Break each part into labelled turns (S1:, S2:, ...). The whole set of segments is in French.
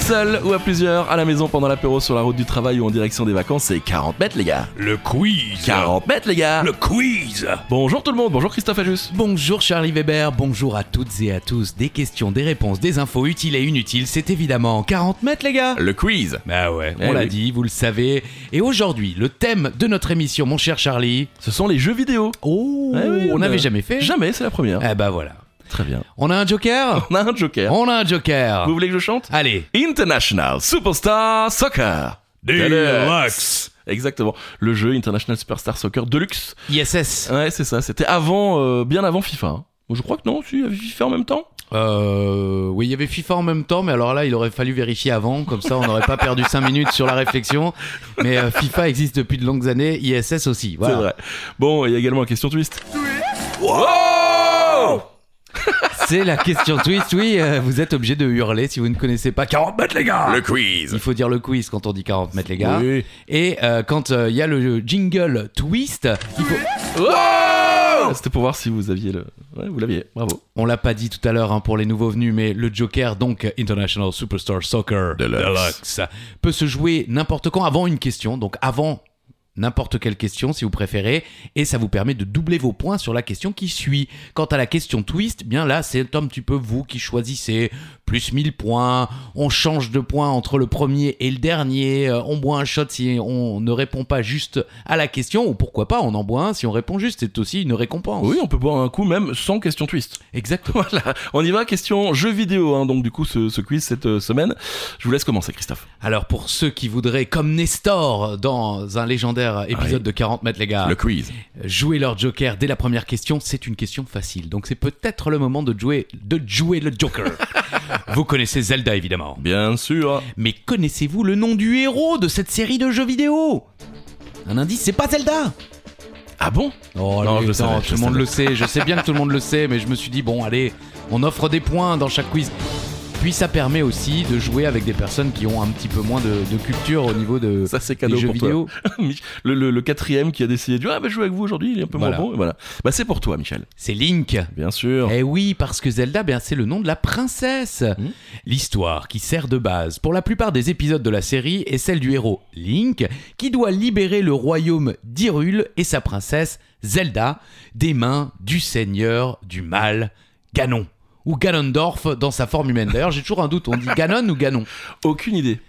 S1: Seul ou à plusieurs, à la maison pendant l'apéro, sur la route du travail ou en direction des vacances, c'est 40 mètres, les gars.
S2: Le quiz.
S1: 40 mètres, les gars.
S2: Le quiz.
S1: Bonjour tout le monde, bonjour Christophe Ajus.
S3: Bonjour Charlie Weber, bonjour à toutes et à tous. Des questions, des réponses, des infos utiles et inutiles, c'est évidemment 40 mètres les gars
S1: Le quiz.
S3: Bah ouais,
S1: Eh
S3: on l'a
S1: oui.
S3: dit, vous le savez. Et aujourd'hui, le thème de notre émission, mon cher Charlie.
S1: Ce sont les jeux vidéo.
S3: Oh,
S1: Eh oui,
S3: on
S1: a-
S3: n'avait jamais fait.
S1: Jamais, c'est la première.
S3: Eh bah voilà.
S1: Très bien.
S3: On a un joker
S1: On a un joker.
S3: On a un joker.
S1: Vous voulez que je chante
S3: Allez.
S1: International Superstar Soccer.
S2: Deluxe.
S1: Exactement. Le jeu International Superstar Soccer Deluxe.
S3: ISS.
S1: Ouais, c'est ça. C'était avant, euh, bien avant FIFA. hein. Je crois que non, si, il y avait FIFA en même temps.
S3: Euh, oui, il y avait FIFA en même temps, mais alors là, il aurait fallu vérifier avant, comme ça, on n'aurait pas perdu 5 minutes sur la réflexion. Mais euh, FIFA existe depuis de longues années, ISS aussi. Voilà.
S1: C'est vrai. Bon, il y a également la question twist.
S3: C'est la question twist, oui. euh, vous êtes obligé de hurler si vous ne connaissez pas 40 mètres, les gars.
S1: Le quiz.
S3: Il faut dire le quiz quand on dit 40 mètres, les gars.
S1: Oui.
S3: Et euh, quand euh, il y a le jingle twist, il faut... Oh.
S1: C'était pour voir si vous aviez le. Ouais, vous l'aviez. Bravo.
S3: on l'a pas dit tout à l'heure hein, pour les nouveaux venus, mais le Joker, donc International Superstar Soccer
S1: Deluxe.
S3: peut se jouer n'importe quand avant une question, donc avant n'importe quelle question si vous préférez, et ça vous permet de doubler vos points sur la question qui suit. Quant à la question twist, eh bien là, c'est un petit peu vous qui choisissez. Plus 1000 points, on change de points entre le premier et le dernier, euh, on boit un shot si on ne répond pas juste à la question, ou pourquoi pas, on en boit un si on répond juste, c'est aussi une récompense.
S1: Oui, on peut boire un coup même sans question twist.
S3: exactement.
S1: Voilà. On y va, question jeu vidéo. hein. Donc, du coup, ce, ce quiz cette euh, semaine. Je vous laisse commencer, Christophe.
S3: Alors pour ceux qui voudraient, comme Nestor dans un légendaire épisode
S1: Oui.
S3: de 40 mètres les gars,
S1: quiz.
S3: jouer leur Joker dès la première question, c'est une question facile. Donc c'est peut-être le moment de jouer, de jouer le Joker. Vous connaissez Zelda évidemment,
S1: Bien sûr.
S3: mais connaissez-vous le nom du héros de cette série de jeux vidéo Un indice, c'est pas Zelda
S1: Ah bon
S3: Oh
S1: Non,
S3: non,
S1: je le savais, je
S3: tout le monde
S1: savais.
S3: le sait, je sais bien que tout le monde le sait, mais je me suis dit bon allez, on offre des points dans chaque quiz. Puis ça permet aussi de jouer avec des personnes qui ont un petit peu moins de, de culture au niveau de,
S1: Ça, c'est
S3: des
S1: cadeau
S3: jeux
S1: pour toi.
S3: vidéo.
S1: Mich- le, le- le quatrième qui a décidé de dire, Ah, bah, je joue avec vous aujourd'hui, il est un peu
S3: Voilà.
S1: moins bon. Et voilà. Bah, c'est pour toi, Michel.
S3: C'est Link.
S1: Bien sûr.
S3: Eh oui, parce que Zelda, ben, c'est le nom de la princesse.
S1: Mhm.
S3: L'histoire qui sert de base pour la plupart des épisodes de la série est celle du héros Link, qui doit libérer le royaume d'Hyrule et sa princesse Zelda des mains du seigneur du mal, Ganon. Ou Ganondorf dans sa forme humaine. D'ailleurs, j'ai toujours un doute, on dit Ganon ou Ganon
S1: Aucune idée.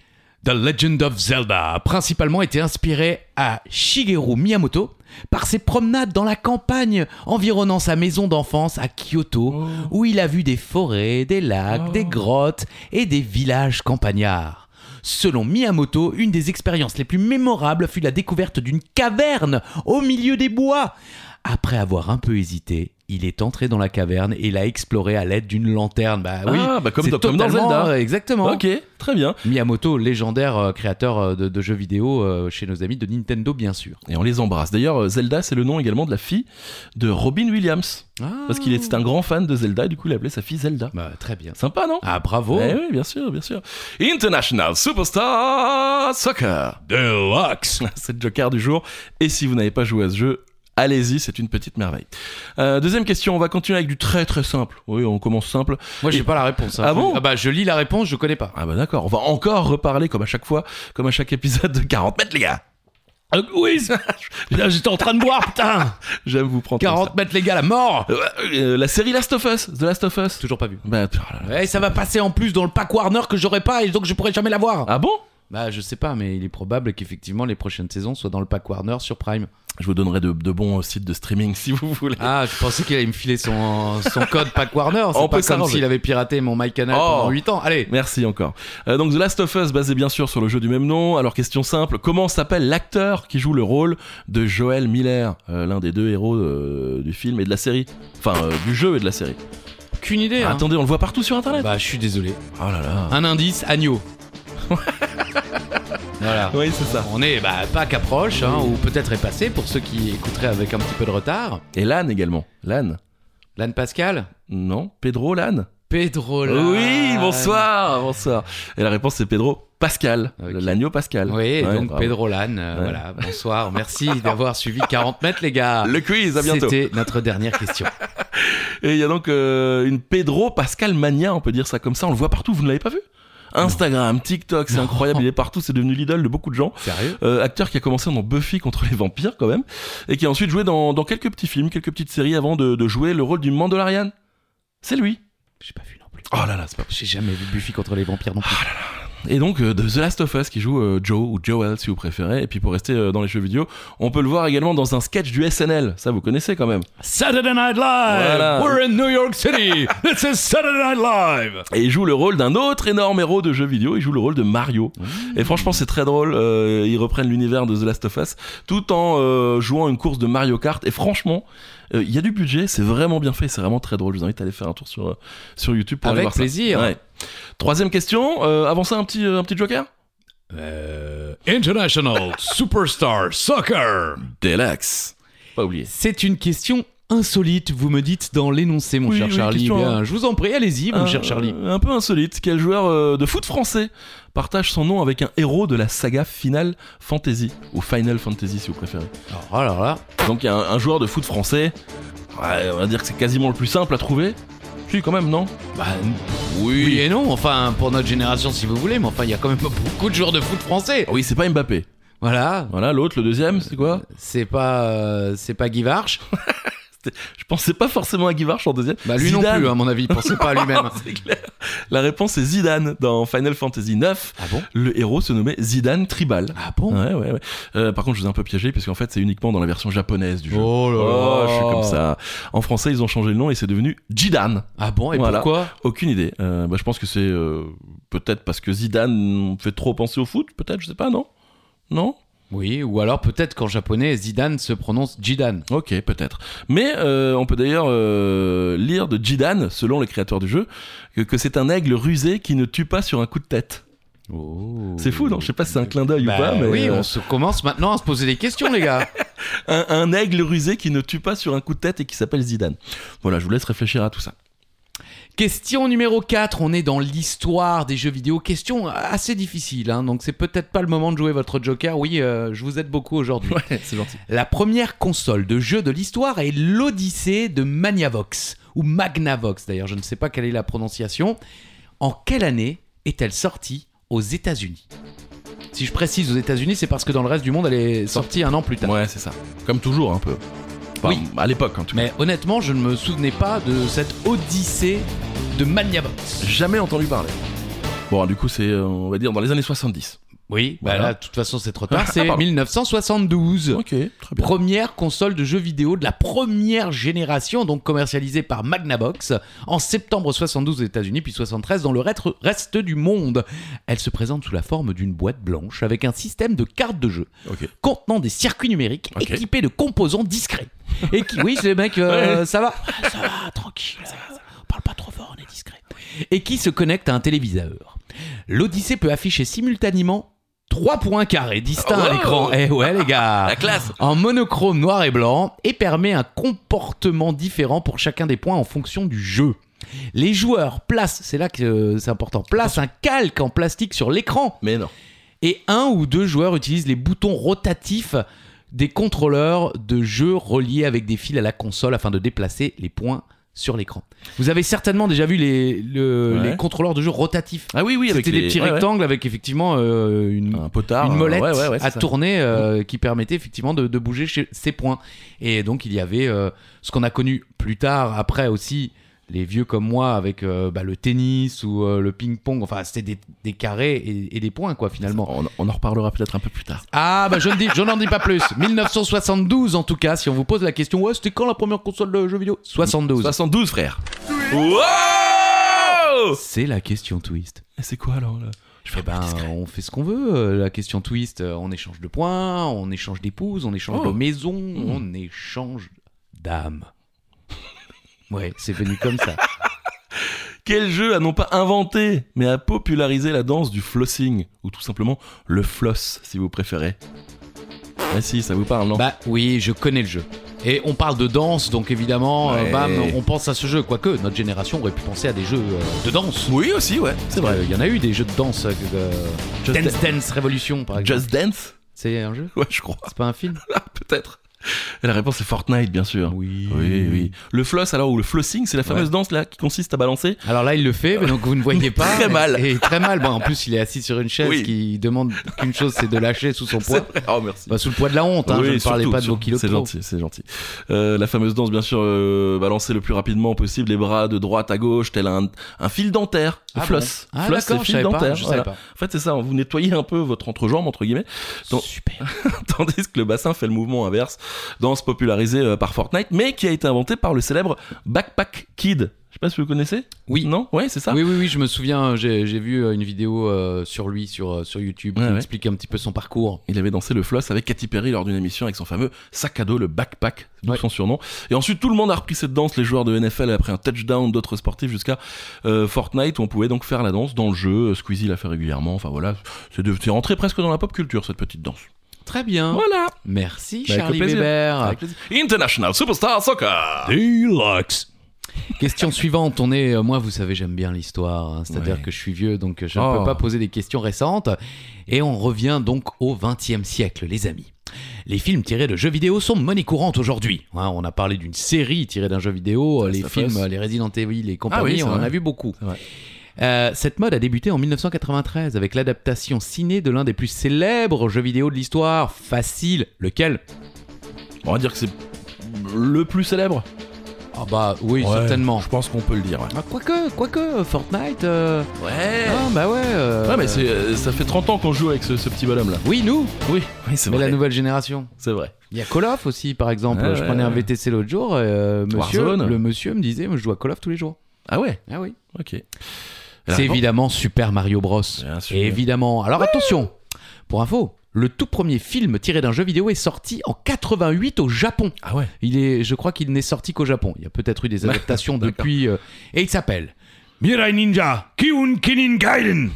S3: The Legend of Zelda a principalement été inspiré à Shigeru Miyamoto par ses promenades dans la campagne environnant sa maison d'enfance à Kyoto,
S1: Oh.
S3: où il a vu des forêts, des lacs, des grottes et des villages campagnards. Selon Miyamoto, une des expériences les plus mémorables fut la découverte d'une caverne au milieu des bois. Après avoir un peu hésité, il est entré dans la caverne et l'a explorée à l'aide d'une lanterne. Bah oui,
S1: Ah, bah, comme
S3: c'est
S1: dans- comme dans
S3: totalement-
S1: Zelda.
S3: Exactement.
S1: Ok, très bien.
S3: Miyamoto, légendaire euh, créateur euh, de, de jeux vidéo euh, chez nos amis de Nintendo, bien sûr.
S1: Et on les embrasse. D'ailleurs, euh, Zelda, c'est le nom également de la fille de Robin Williams. Parce qu'il était un grand fan de Zelda, et du coup, il appelait sa fille Zelda.
S3: Bah, très bien.
S1: Sympa, non
S3: Ah, bravo
S1: Eh oui, bien sûr, bien sûr. International Superstar Soccer.
S2: Deluxe.
S1: C'est le joker du jour. Et si vous n'avez pas joué à ce jeu, allez-y, c'est une petite merveille. Euh, deuxième question, on va continuer avec du très très simple. Oui, on commence simple.
S3: Moi,
S1: Et-
S3: j'ai pas la réponse. hein.
S1: Ah bon
S3: Ah bah, je lis la réponse, je connais pas.
S1: Ah bah d'accord, on va encore reparler comme à chaque fois, comme à chaque épisode de 40 mètres, les gars.
S2: Le quiz.
S1: Euh, Là, j'étais en train de boire, putain J'aime vous prendre.
S3: 40 mètres, les gars, la mort
S1: comme ça. Euh, euh, la série Last of Us, The Last of Us.
S3: Toujours pas vu.
S1: Bah, oh là là.
S3: Ouais, ça va passer en plus dans le pack Warner que j'aurai pas et donc je pourrai jamais l'avoir.
S1: Ah bon
S3: Bah, je sais pas, mais il est probable qu'effectivement les prochaines saisons soient dans le pack Warner sur Prime.
S1: Je vous donnerai de, de bons euh, sites de streaming si vous voulez.
S3: Ah, je pensais qu'il allait me filer son, son code pack Warner.
S1: On
S3: C'est
S1: peut
S3: pas comme
S1: s'arranger.
S3: s'il avait piraté mon MyCanal
S1: Oh.
S3: pendant 8 ans. Allez
S1: Merci encore. Euh, donc The Last of Us, basé bien sûr sur le jeu du même nom. Alors question simple, comment s'appelle l'acteur qui joue le rôle de Joel Miller, euh, l'un des deux héros euh, du film et de la série Enfin, euh, du jeu et de la série. Ah,
S3: Aucune idée. hein.
S1: Attendez, on le voit partout sur Internet.
S3: Bah, je suis désolé.
S1: Oh là là.
S3: Un indice, agneau. voilà.
S1: Oui, c'est ça.
S3: On est, bah, Pâques approche, hein, ou peut-être est passé pour ceux qui écouteraient avec un petit peu de retard.
S1: Et Lannes également. Lannes
S3: L'Anne Pascal
S1: Non Pedro Lannes
S3: Pedro Oh là.
S1: Oui, bonsoir, bonsoir. Et la réponse c'est Pedro Pascal,
S3: Ok.
S1: l'agneau Pascal. Ouais,
S3: Oui, donc
S1: bravo.
S3: Pedro Lan, euh,
S1: Ouais.
S3: voilà, bonsoir, merci d'avoir suivi 40 mètres les gars.
S1: Le quiz, à bientôt.
S3: C'était notre dernière question.
S1: Et il y a donc euh, une Pedro Pascal mania, on peut dire ça comme ça, on le voit partout, vous ne l'avez pas vu Instagram, TikTok, c'est
S3: Non.
S1: incroyable, il est partout, c'est devenu l'idole de beaucoup de gens.
S3: Sérieux
S1: Euh, acteur qui a commencé dans Buffy contre les vampires quand même, et qui a ensuite joué dans, dans quelques petits films, quelques petites séries avant de, de jouer le rôle du Mandalorian. C'est lui.
S3: J'ai pas vu non plus.
S1: Oh là là, c'est pas
S3: J'ai jamais vu Buffy contre les vampires non plus.
S2: Ah,
S1: Et donc euh, de The Last of Us qui joue euh, Joe ou Joel si vous préférez. Et puis pour rester euh, dans les jeux vidéo, on peut le voir également dans un sketch du SNL. Ça vous connaissez quand même.
S2: Saturday Night Live.
S1: Voilà.
S2: We're in New York City. This is Saturday Night Live.
S1: Et il joue le rôle d'un autre énorme héros de jeux vidéo. Il joue le rôle de Mario. Et franchement c'est très drôle. Euh, ils reprennent l'univers de The Last of Us tout en euh, jouant une course de Mario Kart. Et franchement, euh, il y a du budget. C'est vraiment bien fait. C'est vraiment très drôle. Je vous invite à aller faire un tour sur euh, sur YouTube pour aller
S3: Avec
S1: voir ça.
S3: plaisir.
S1: Ouais. Troisième question. Euh, avant ça un petit un petit joker.
S2: Euh, International Superstar Soccer.
S1: Deluxe. Pas oublié.
S3: C'est une question insolite, vous me dites dans l'énoncé, mon
S1: Oui,
S3: cher
S1: oui,
S3: Charlie. Eh
S1: question, Euh,
S3: Bien, je vous en prie, allez-y, mon
S1: un,
S3: cher Charlie.
S1: Un peu insolite. Quel joueur euh, de foot français partage son nom avec un héros de la saga Final Fantasy Ou Final Fantasy si vous préférez.
S3: Alors, alors là,
S1: Donc il y a un, un joueur de foot français. Ouais, on va dire que c'est quasiment le plus simple à trouver. Si, quand même, non
S3: bah, oui. et non, enfin, pour notre génération si vous voulez, mais enfin, il y a quand même pas beaucoup de joueurs de foot français.
S1: Ah Oui, c'est pas Mbappé.
S3: Voilà.
S1: Voilà, l'autre, le deuxième, c'est quoi
S3: C'est pas, euh, c'est pas Guy Varche.
S1: Je pensais pas forcément à Guy Varche en deuxième.
S3: Bah lui non
S1: Zidane.
S3: plus, à mon avis, il pensait pas à lui-même.
S1: C'est clair. La réponse est Zidane dans Final Fantasy IX.
S3: Ah bon
S1: Le héros se nommait Zidane Tribal.
S3: Ah bon
S1: Ouais, ouais, ouais. Euh, par contre, je vous ai un peu piégé parce qu'en fait, c'est uniquement dans la version japonaise du jeu.
S3: Oh
S1: Oh, je suis comme ça. En français, ils ont changé le nom et c'est devenu Jidan.
S3: Ah bon, et
S1: Voilà.
S3: pourquoi
S1: Aucune idée. Euh, bah, je pense que c'est euh, peut-être parce que Zidane fait trop penser au foot, peut-être, je sais pas, non Non
S3: Oui, ou alors peut-être qu'en japonais, Zidane se prononce Jidan.
S1: Ok, peut-être. Mais euh, on peut d'ailleurs euh, lire de Jidan, selon les créateurs du jeu, que, que c'est un aigle rusé qui ne tue pas sur un coup de tête. Oh.
S3: Oh.
S1: C'est fou, non Je sais pas si c'est un clin d'œil
S3: Bah,
S1: ou pas, mais
S3: oui,
S1: euh,
S3: on se commence maintenant à se poser des questions, les gars.
S1: un, un aigle rusé qui ne tue pas sur un coup de tête et qui s'appelle Zidane. Voilà, je vous laisse réfléchir à tout ça.
S3: Question numéro 4, on est dans l'histoire des jeux vidéo. Question assez difficile, hein, donc c'est peut-être pas le moment de jouer votre Joker. Oui, euh, je vous aide beaucoup aujourd'hui.
S1: Ouais, c'est gentil.
S3: La première console de jeu de l'histoire est l'Odyssée de Magnavox, ou Magnavox d'ailleurs, je ne sais pas quelle est la prononciation. En quelle année est-elle sortie aux États-Unis Si je précise aux États-Unis, c'est parce que dans le reste du monde, elle est sortie un an plus tard.
S1: Ouais, c'est ça. Comme toujours, un peu. Enfin,
S3: Oui.
S1: À l'époque, en tout cas.
S3: Mais honnêtement, je ne me souvenais pas de cette Odyssée de Magnavox.
S1: Jamais entendu parler. Bon, du coup, c'est, euh, on va dire, dans les années 70.
S3: Oui, bah
S1: Voilà.
S3: là, de toute façon, c'est trop tard.
S1: Ah,
S3: C'est
S1: pardon.
S3: 1972.
S1: Ok, très bien.
S3: Première console de jeux vidéo de la première génération, donc commercialisée par Magnavox en septembre 72 aux États-Unis, puis 73 dans le reste- reste du monde. Elle se présente sous la forme d'une boîte blanche avec un système de cartes de jeu
S1: Ok.
S3: contenant des circuits numériques
S1: Ok.
S3: équipés de composants discrets. Et qui, oui, les mecs, euh,
S1: Ouais.
S3: ça va, Ouais, ça va, tranquille, euh, on parle pas trop fort, on est discret. Et qui se connectent à un téléviseur. L'Odyssée peut afficher simultanément trois points carrés distincts à
S1: Wow.
S3: l'écran. Eh ouais, les gars
S1: La classe
S3: en monochrome noir et blanc et permet un comportement différent pour chacun des points en fonction du jeu. Les joueurs placent, c'est là que euh, c'est important, placent un calque en plastique sur l'écran
S1: Mais non.
S3: et un ou deux joueurs utilisent les boutons rotatifs des contrôleurs de jeu reliés avec des fils à la console afin de déplacer les points sur l'écran. Vous avez certainement déjà vu les, le-
S1: Ouais.
S3: les contrôleurs de jeu rotatifs.
S1: Ah oui, oui, avec
S3: C'était des
S1: les-
S3: petits
S1: ouais, ouais.
S3: rectangles avec effectivement euh, une,
S1: Un potard.
S3: une
S1: un-
S3: molette
S1: ouais, ouais, ouais, c'est
S3: à
S1: ça. Mm.
S3: tourner euh, qui permettait effectivement de, de bouger chez- ses points. Et donc il y avait euh, ce qu'on a connu plus tard, après aussi les vieux comme moi avec euh, bah, le tennis ou euh, le ping-pong. Enfin, c'était des, des carrés et, et des points quoi finalement.
S1: On, on en reparlera peut-être un peu plus tard.
S3: Ah bah je ne dis, je n'en dis pas plus. 1972 en tout cas. Si on vous pose la question, ouais c'était quand la première console de jeux vidéo 72.
S1: 72, frère. Wow
S3: C'est la question twist.
S1: Et C'est quoi alors là Je
S3: Eh
S1: fais
S3: ben,
S1: pas discret.
S3: on fait ce qu'on veut. euh, La question twist, euh, on échange de points, on échange d'épouses, on échange
S1: Oh.
S3: de maisons, on échange d'âmes. Ouais, c'est venu comme ça.
S1: Quel jeu a non pas inventé, mais a popularisé la danse du flossing Ou tout simplement le floss, si vous préférez. Ah si, ça vous parle, non
S3: bah oui, je connais le jeu. Et on parle de danse, donc évidemment, euh,
S1: Ouais.
S3: bam, on pense à ce jeu. Quoique, notre génération aurait pu penser à des jeux euh, de danse.
S1: Oui, aussi, ouais, c'est vrai.
S3: Euh, Il y en a eu des jeux de danse. euh, euh,
S1: Just
S3: Dance Dance Revolution, par exemple.
S1: Just Dance
S3: C'est un jeu
S1: Ouais, je crois.
S3: C'est pas un film
S1: Ah, peut-être. Et la réponse est Fortnite, bien sûr.
S3: Ah Oui.
S1: Oui, oui. Le floss, alors, ou le flossing, c'est la fameuse danse là qui consiste à balancer.
S3: Alors là, il le fait, mais donc vous ne voyez pas.
S1: Très mal.
S3: Et très mal. Bon, en plus, il est assis sur une chaise
S1: Oui.
S3: qui demande qu'une chose, c'est de lâcher sous son poids.
S1: C'est vrai. Oh, merci.
S3: Bah, sous le poids de la honte, hein,
S1: Oui,
S3: je ne parlais
S1: surtout,
S3: pas de vos
S1: surtout.
S3: kilos de
S1: C'est
S3: trop.
S1: gentil, c'est gentil. Euh, la fameuse danse, bien sûr, euh, balancer le plus rapidement possible les bras de droite à gauche, tel un, un fil dentaire.
S3: Ah
S1: floss.
S3: bon Ah,
S1: floss, c'est
S3: d'accord, je
S1: fil
S3: savais
S1: dentaire.
S3: pas. Je savais
S1: voilà.
S3: pas.
S1: En fait, c'est ça, hein, vous nettoyez un peu votre entrejambe, entre guillemets, Donc-
S3: Super.
S1: tandis que le bassin fait le mouvement inverse, danse popularisée euh, par Fortnite, mais qui a été inventée par le célèbre Backpack Kid. Je sais pas si vous le connaissez
S3: Oui.
S1: Non Ouais, c'est ça
S3: Oui, oui, oui, je me souviens, j'ai j'ai vu euh, une vidéo euh, sur lui sur, euh, sur YouTube
S1: Ouais,
S3: qui
S1: ouais.
S3: explique un petit peu son parcours.
S1: Il avait dansé le floss avec Katy Perry lors d'une émission avec son fameux sac à dos, le backpack, d'où
S3: Ouais.
S1: son surnom. Et ensuite, tout le monde a repris cette danse, les joueurs de NFL après un touchdown, d'autres sportifs jusqu'à euh, Fortnite où on pouvait donc faire la danse dans le jeu. Euh, Squeezie l'a fait régulièrement. Enfin voilà, c'est de- c'est rentré presque dans la pop culture cette petite danse.
S3: Très bien.
S1: Voilà.
S3: Merci,
S1: Bah, avec
S3: Charlie
S1: plaisir.
S3: Weber.
S1: Avec plaisir. International Superstar Soccer.
S2: Deluxe.
S3: Question suivante. On est, euh, moi, vous savez, j'aime bien l'histoire. hein, C'est-à-dire
S1: Ouais.
S3: que je suis vieux, donc euh, je
S1: Oh.
S3: ne peux pas poser des questions récentes. Et on revient donc au XXe siècle, les amis. Les films tirés de jeux vidéo sont monnaie courante aujourd'hui. Hein, on a parlé d'une série tirée d'un jeu vidéo, euh,
S1: Last
S3: les
S1: of
S3: films,
S1: Us.
S3: euh, les Resident Evil et compagnie,
S1: Ah oui, c'est
S3: on en
S1: vrai.
S3: a vu beaucoup.
S1: C'est vrai.
S3: Euh, cette mode a débuté en 1993 avec l'adaptation ciné de l'un des plus célèbres jeux vidéo de l'histoire, Facile, lequel
S1: On va dire que c'est le plus célèbre.
S3: Ah bah oui,
S1: Ouais,
S3: certainement.
S1: Je pense qu'on peut le dire.
S3: Ah, quoique, quoique, Fortnite... euh,
S1: Ouais.
S3: Ah bah ouais. euh,
S1: Ouais, mais c'est, euh, ça fait 30 ans qu'on joue avec ce, ce petit bonhomme là.
S3: Oui, nous,
S1: Oui, oui c'est
S3: mais la
S1: vrai.
S3: nouvelle génération.
S1: C'est vrai.
S3: Il y a Call of aussi, par exemple.
S1: Ouais,
S3: je
S1: ouais,
S3: prenais un
S1: ouais.
S3: VTC l'autre jour, et, euh, monsieur,
S1: Warzone.
S3: le monsieur me disait, moi, je joue à Call of tous les jours.
S1: Ah ouais,
S3: Ah oui.
S1: ok. La
S3: C'est
S1: réponse-
S3: évidemment Super Mario Bros.
S1: Bien sûr.
S3: Évidemment. Alors attention, pour info, le tout premier film tiré d'un jeu vidéo est sorti en 88 au Japon.
S1: Ah ouais.
S3: Il est, je crois qu'il n'est sorti qu'au Japon. Il y a peut-être eu des adaptations
S1: D'accord.
S3: depuis. euh, et il s'appelle.
S2: Mirai Ninja, Kiun Kinin Gaiden.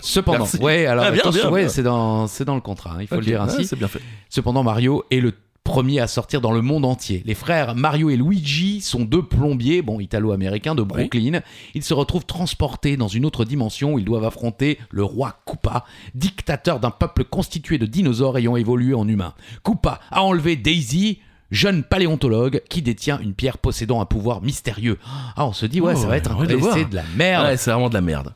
S3: Cependant,
S1: Merci.
S3: ouais, alors
S1: Ah, bien,
S3: attention,
S1: bien,
S3: ouais,
S1: bien.
S3: c'est dans, c'est dans le contrat, hein, il faut
S1: Ok,
S3: le dire ainsi.
S1: ouais, c'est bien fait.
S3: Cependant, Mario est le premier à sortir dans le monde entier. Les frères Mario et Luigi sont deux plombiers, bon, italo-américains de Brooklyn. Ils se retrouvent transportés dans une autre dimension où ils doivent affronter le roi Koopa, dictateur d'un peuple constitué de dinosaures ayant évolué en humains. Koopa a enlevé Daisy, jeune paléontologue qui détient une pierre possédant un pouvoir mystérieux. Ah, on se dit, ouais,
S1: Oh,
S3: ça va être
S1: j'ai envie de le
S3: intéressant,
S1: voir.
S3: c'est de la merde.
S1: Ouais, c'est vraiment de la merde.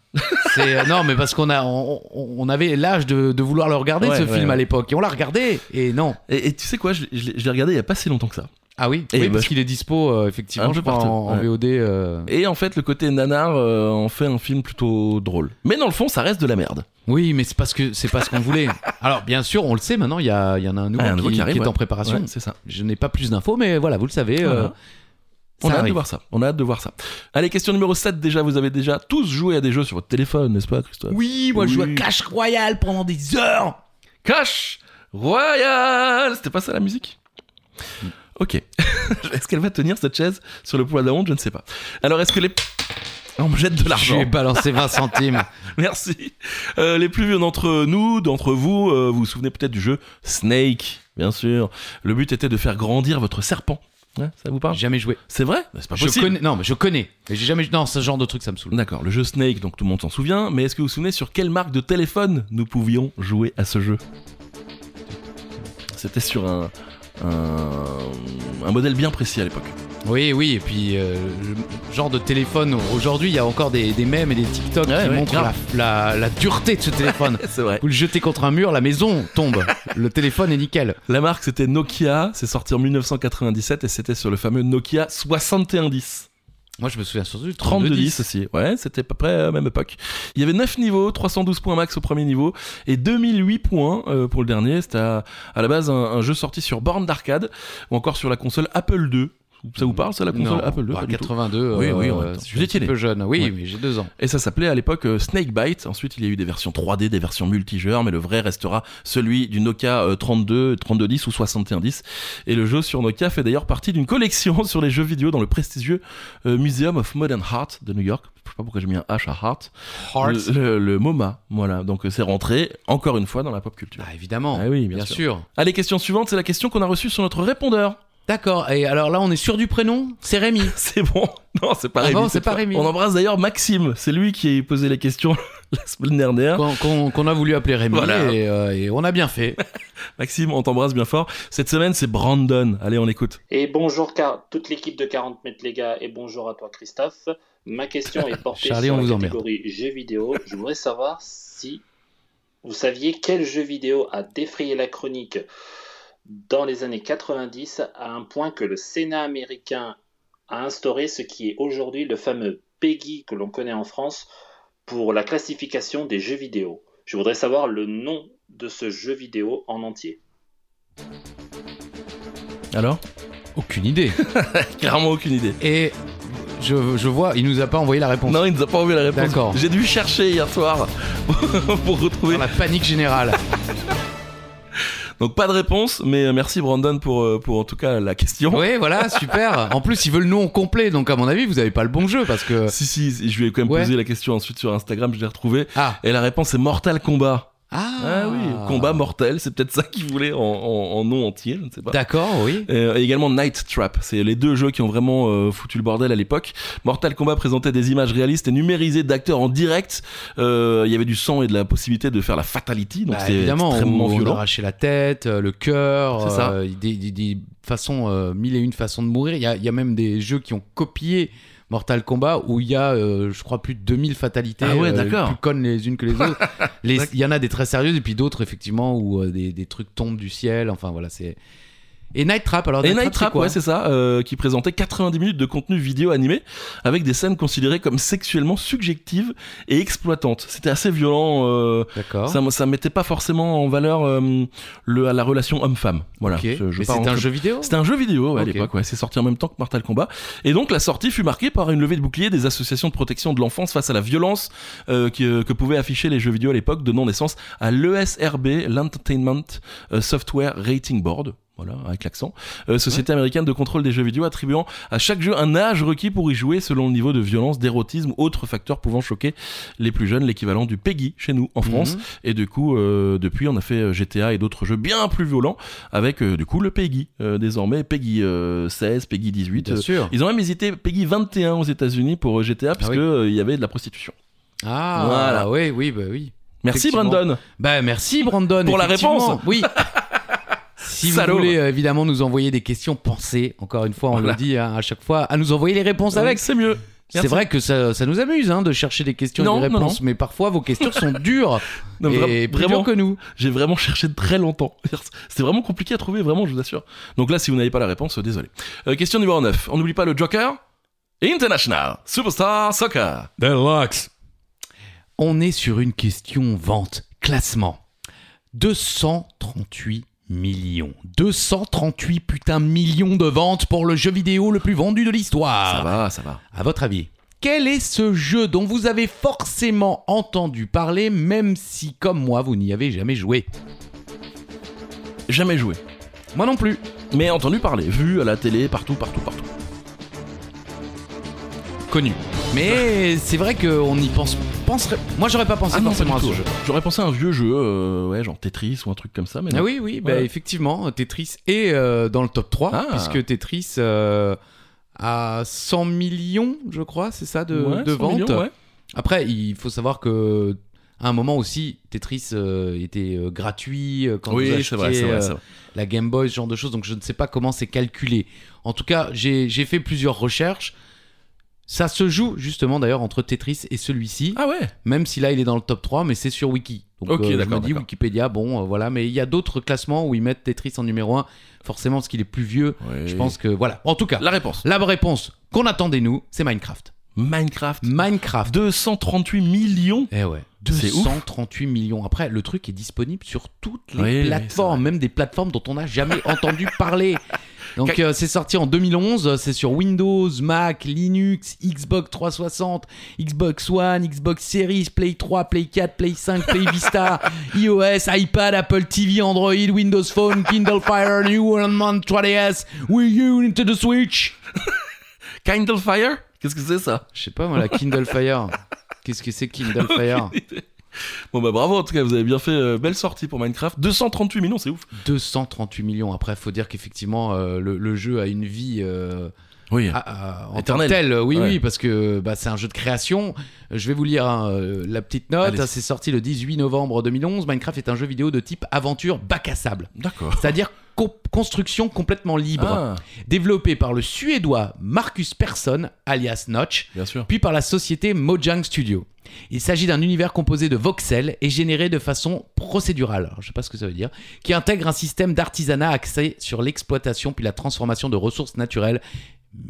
S3: C'est- euh, non, mais parce qu'on a, on, on- on avait l'âge de, de vouloir le regarder
S1: Ouais,
S3: ce
S1: ouais,
S3: film à
S1: ouais.
S3: l'époque et on l'a regardé et non.
S1: Et, et tu sais quoi, je, l'ai- je l'ai je l'ai regardé il y a pas si longtemps que ça.
S3: Ah oui,
S1: Et
S3: oui,
S1: bah,
S3: parce
S1: je-
S3: qu'il est dispo euh,
S1: Un
S3: effectivement
S1: peu
S3: je crois,
S1: partout,
S3: en, en
S1: ouais.
S3: VOD. euh.
S1: Et en fait, le côté nanar euh, en fait un film plutôt drôle. Mais dans le fond, ça reste de la merde.
S3: Oui, mais c'est parce que c'est pas ce qu'on voulait. Alors bien sûr, on le sait maintenant, il y, a- il y en a un nouveau,
S1: Ah, un
S3: qui,
S1: nouveau qui arrive,
S3: qui est en
S1: ouais.
S3: préparation.
S1: Ouais, c'est ça.
S3: Je n'ai pas plus d'infos, mais voilà, vous le savez. euh,
S1: Voilà. On
S3: ça
S1: a hâte de
S3: arrive.
S1: voir ça. On a hâte de voir ça. Allez, question numéro 7 déjà. Vous avez déjà tous joué à des jeux sur votre téléphone, n'est-ce pas, Christophe
S3: Oui, moi je joue à
S2: Oui.
S3: Clash Royale pendant des heures.
S1: Cash Royal C'était pas ça la musique Mm. Ok. est-ce qu'elle va tenir cette chaise sur le poids de la honte Je ne sais pas. Alors, est-ce que les. On me jette de
S3: Je
S1: l'argent.
S3: vais balancer 20 centimes.
S1: Merci. Euh, les plus vieux d'entre nous, d'entre vous, euh, vous vous souvenez peut-être du jeu Snake, bien sûr. Le but était de faire grandir votre serpent. Ouais, ça vous parle
S3: J'ai Jamais joué.
S1: C'est vrai Bah, C'est pas
S3: Je
S1: possible.
S3: connais. Non, mais je connais. Mais j'ai jamais. Non, ce genre de truc, ça me saoule.
S1: D'accord, le jeu Snake, donc tout le monde s'en souvient, mais est-ce que vous vous souvenez sur quelle marque de téléphone nous pouvions jouer à ce jeu C'était sur un, un, un modèle bien précis à l'époque.
S3: Oui, oui, et puis euh, le genre de téléphone, aujourd'hui il y a encore des, des mèmes et des TikTok
S1: Ouais,
S3: qui
S1: ouais,
S3: montrent la,
S1: grave.
S3: la- la dureté de ce téléphone.
S1: C'est vrai.
S3: Vous le jetez contre un mur, la maison tombe. Le téléphone est nickel.
S1: La marque c'était Nokia, c'est sorti en 1997 et c'était sur le fameux Nokia 6110.
S3: Moi je me souviens surtout du
S1: 3210
S3: 3210.
S1: aussi, ouais, c'était à peu près à la même époque. Il y avait 9 niveaux, 312 points max au premier niveau et 2008 points euh, pour le dernier. C'était à, à la base un, un jeu sorti sur borne d'arcade ou encore sur la console Apple II. Ça vous parle ça, la console
S3: Non,
S1: Apple II
S3: bah,
S1: Pas du tout.
S3: 82.
S1: Oui,
S3: euh,
S1: oui, en même temps.
S3: je
S1: Vous
S3: suis un
S1: étiez
S3: petit
S1: né.
S3: peu jeune. Oui,
S1: Ouais.
S3: mais j'ai deux ans.
S1: Et ça s'appelait à l'époque euh, Snakebite. Ensuite, il y a eu des versions 3D, des versions multijoueurs, mais le vrai restera celui du Nokia euh, 32, 3210 ou 6110. Et le jeu sur Nokia fait d'ailleurs partie d'une collection sur les jeux vidéo dans le prestigieux euh, Museum of Modern Art de New York. Je sais pas pourquoi j'ai mis un H à Heart. Le, le- le MoMA, voilà. Donc euh, c'est rentré encore une fois dans la pop culture.
S3: Ah, évidemment.
S1: Ah oui,
S3: bien,
S1: bien
S3: sûr.
S1: Allez, question suivante, c'est la question qu'on a reçue sur notre répondeur.
S3: D'accord, et alors là on est sûr du prénom C'est Rémi.
S1: C'est bon. Non, c'est pas
S3: Ah
S1: Rémi.
S3: bon, c'est
S1: cette
S3: pas
S1: fois.
S3: Rémi.
S1: On embrasse d'ailleurs Maxime. C'est lui qui a posé les questions la semaine dernière.
S3: Qu'on qu'on- qu'on a voulu appeler Rémi
S1: Voilà.
S3: et, euh, et on a bien fait.
S1: Maxime, on t'embrasse bien fort. Cette semaine, c'est Brandon. Allez, on écoute.
S4: Et bonjour car toute l'équipe de 40 mètres les gars et bonjour à toi Christophe. Ma question est portée
S3: Charlie,
S4: sur
S3: on
S4: la
S3: vous emmerde.
S4: catégorie jeux vidéo. Je voudrais savoir si vous saviez quel jeu vidéo a défrayé la chronique dans les années 90 à un point que le Sénat américain a instauré ce qui est aujourd'hui le fameux PEGI que l'on connaît en France pour la classification des jeux vidéo. Je voudrais savoir le nom de ce jeu vidéo en entier.
S1: Alors
S3: Aucune idée.
S1: Clairement aucune idée.
S3: Et je, je vois, il nous a pas envoyé la réponse.
S1: Non, il nous a pas envoyé la réponse.
S3: D'accord.
S1: J'ai dû chercher hier soir pour retrouver.
S3: Dans la panique générale.
S1: Donc pas de réponse, mais euh, merci Brandon pour, euh, pour en tout cas la question.
S3: oui, voilà, super. En plus, ils veulent le nom complet, donc à mon avis, vous avez pas le bon jeu parce que.
S1: Si, si, si, je lui ai quand même
S3: Ouais.
S1: posé la question ensuite sur Instagram, je l'ai retrouvée.
S3: Ah,
S1: Et la réponse est Mortal Combat.
S3: ah,
S1: Ah, oui, combat mortel, c'est peut-être ça qu'il voulait en, en- en nom entier, je ne sais pas.
S3: D'accord, oui.
S1: Bah. Euh, et également Night Trap, c'est les deux jeux qui ont vraiment euh, foutu le bordel à l'époque. Mortal Kombat présentait des images réalistes et numérisées d'acteurs en direct. Euh, Il y avait du sang et de la possibilité de faire la fatality, donc
S3: Bah,
S1: c'était
S3: évidemment,
S1: extrêmement
S3: on, on
S1: violent.
S3: arrachait la tête, euh, le cœur,
S1: C'est ça.
S3: euh, des, des- des façons, euh, mille et une façons de mourir. Il y a, il y a même des jeux qui ont copié Mortal Kombat où il y a, euh, je crois, plus de 2000 fatalités,
S1: Ah ouais,
S3: euh,
S1: d'accord.
S3: plus connes les unes que les autres. Les- Il y en a des très sérieuses et puis d'autres, effectivement, où euh, des, des trucs tombent du ciel. Enfin, voilà, c'est. Et Night Trap, alors
S1: Et
S3: Night
S1: Night
S3: c'est
S1: Trap,
S3: quoi
S1: ouais, c'est ça, euh, qui présentait 90 minutes de contenu vidéo animé avec des scènes considérées comme sexuellement subjectives et exploitantes. C'était assez violent. euh,
S3: D'accord.
S1: ça, ça mettait pas forcément en valeur euh, le, la relation homme-femme. Voilà.
S3: Ok.
S1: je- je veux
S3: Mais
S1: pas
S3: c'est un
S1: rentrer-
S3: jeu vidéo
S1: C'était un jeu vidéo ouais,
S3: Ok.
S1: à l'époque, ouais. c'est sorti en même temps que Mortal Kombat. Et donc la sortie fut marquée par une levée de bouclier des associations de protection de l'enfance face à la violence euh, que, que pouvaient afficher les jeux vidéo à l'époque, donnant naissance à l'ESRB, l'Entertainment euh, Software Rating Board. Voilà, avec l'accent. Euh, société américaine de contrôle des jeux vidéo attribuant à chaque jeu un âge requis pour y jouer selon le niveau de violence, d'érotisme, autres facteurs pouvant choquer les plus jeunes, l'équivalent du PEGI chez nous en France.
S3: Mhm.
S1: Et du coup, euh, depuis, on a fait euh, GTA et d'autres jeux bien plus violents avec euh, du coup le PEGI euh, désormais, PEGI euh, 16, PEGI 18.
S3: Bien
S1: euh,
S3: sûr.
S1: ils ont même hésité PEGI 21 aux États-Unis pour euh, GTA parce
S3: Ah oui.
S1: que euh, il y avait de la prostitution.
S3: Ah,
S1: Voilà.
S3: oui, oui, bah oui.
S1: Merci
S3: Effectivement.
S1: Brandon.
S3: Bah merci Brandon
S1: Pour la
S3: effectivement.
S1: réponse.
S3: Oui. Si vous
S1: Salaud.
S3: voulez euh, évidemment nous envoyer des questions, pensez, encore une fois, on
S1: Voilà.
S3: le dit hein, à chaque fois, à nous envoyer les réponses
S1: Avec,
S3: avec.
S1: c'est mieux.
S3: C'est
S1: Merci.
S3: vrai que ça, ça nous amuse hein, de chercher des questions
S1: Non,
S3: et des
S1: non,
S3: réponses, mais parfois vos questions sont dures
S1: Non, vra-
S3: et plus dures
S1: vraiment,
S3: que nous.
S1: j'ai vraiment cherché très longtemps. C'était vraiment compliqué à trouver, vraiment, je vous assure. Donc là, si vous n'avez pas la réponse, euh, désolé. Euh, question numéro 9. On n'oublie pas le Joker. International Superstar Soccer.
S2: Deluxe.
S3: On est sur une question vente, classement. 238 millions. 238 putain millions de ventes pour le jeu vidéo le plus vendu de l'histoire.
S1: Ça va, ça va.
S3: À votre avis, quel est ce jeu dont vous avez forcément entendu parler, même si, comme moi, vous n'y avez jamais joué
S1: Jamais joué.
S3: Moi non plus.
S1: Mais entendu parler, vu à la télé, partout, partout, partout.
S3: Connu. Mais c'est vrai qu'on y pense. penserait- Moi, j'aurais pas pensé
S1: Ah non, pas
S3: forcément
S1: du
S3: à
S1: tout.
S3: ce jeu.
S1: J'aurais pensé à un vieux jeu, euh, ouais, genre Tetris ou un truc comme ça. Mais non.
S3: Ah oui, oui, bah,
S1: Ouais.
S3: effectivement, Tetris est euh, dans le top 3,
S1: Ah.
S3: puisque Tetris euh, a 100 millions, je crois, c'est ça, de,
S1: Ouais,
S3: de
S1: 100
S3: ventes.
S1: millions, ouais.
S3: Après, il faut savoir que. À un moment aussi, Tetris euh, était euh, gratuit euh, quand vous
S1: Oui, c'est
S3: achetiez
S1: vrai, c'est vrai,
S3: euh,
S1: c'est vrai.
S3: la Game Boy, ce genre de choses. Donc je ne sais pas comment c'est calculé. En tout cas, j'ai j'ai fait plusieurs recherches. Ça se joue justement d'ailleurs entre Tetris et celui-ci,
S1: Ah ouais
S3: même si là il est dans le top 3, mais c'est sur Wiki. Donc
S1: Ok,
S3: je me
S1: d'accord,
S3: dis
S1: d'accord.
S3: Wikipédia, bon euh, voilà, mais il y a d'autres classements où ils mettent Tetris en numéro 1, forcément parce qu'il est plus vieux. Je pense que voilà. En tout cas, la,
S1: La réponse.
S3: réponse qu'on attendait nous, c'est Minecraft.
S1: Minecraft.
S3: Minecraft.
S1: 238 millions
S3: Eh ouais,
S1: C'est ouf.
S3: 238 millions. Après, le truc est disponible sur toutes les
S1: Oui, oui,
S3: plateformes, même des plateformes dont on n'a jamais entendu parler. Donc, euh, c'est sorti en 2011. euh, C'est sur Windows, Mac, Linux, Xbox 360, Xbox One, Xbox Series, Play 3, Play 4, Play 5, Play Vista, iOS, iPad, Apple TV, Android, Windows Phone, Kindle Fire, New Environment 3DS, Wii U, Nintendo Switch.
S1: Kindle Fire Qu'est-ce que c'est ça
S3: Je sais pas, moi, la Kindle Fire. Qu'est-ce que c'est Kindle Fire
S1: Bon bah bravo en tout cas, vous avez bien fait, euh, belle sortie pour Minecraft. 238 millions, c'est ouf.
S3: 238 millions. Après, faut dire qu'effectivement, euh, le, le jeu a une vie euh,
S1: Oui.
S3: à- à- en tant que
S1: Éternelle.
S3: telle. Oui,
S1: Ouais.
S3: oui, parce que bah, c'est un jeu de création. Je vais vous lire hein, euh, la petite note.
S1: Allez.
S3: C'est sorti le 18 novembre 2011. Minecraft est un jeu vidéo de type aventure bac à sable,
S1: D'accord.
S3: c'est-à-dire co- construction complètement libre,
S1: Ah,
S3: développé par le Suédois Marcus Persson, alias Notch,
S1: bien sûr.
S3: puis par la société Mojang Studio. Il s'agit d'un univers composé de voxels et généré de façon procédurale, alors je sais pas ce que ça veut dire, qui intègre un système d'artisanat axé sur l'exploitation puis la transformation de ressources naturelles,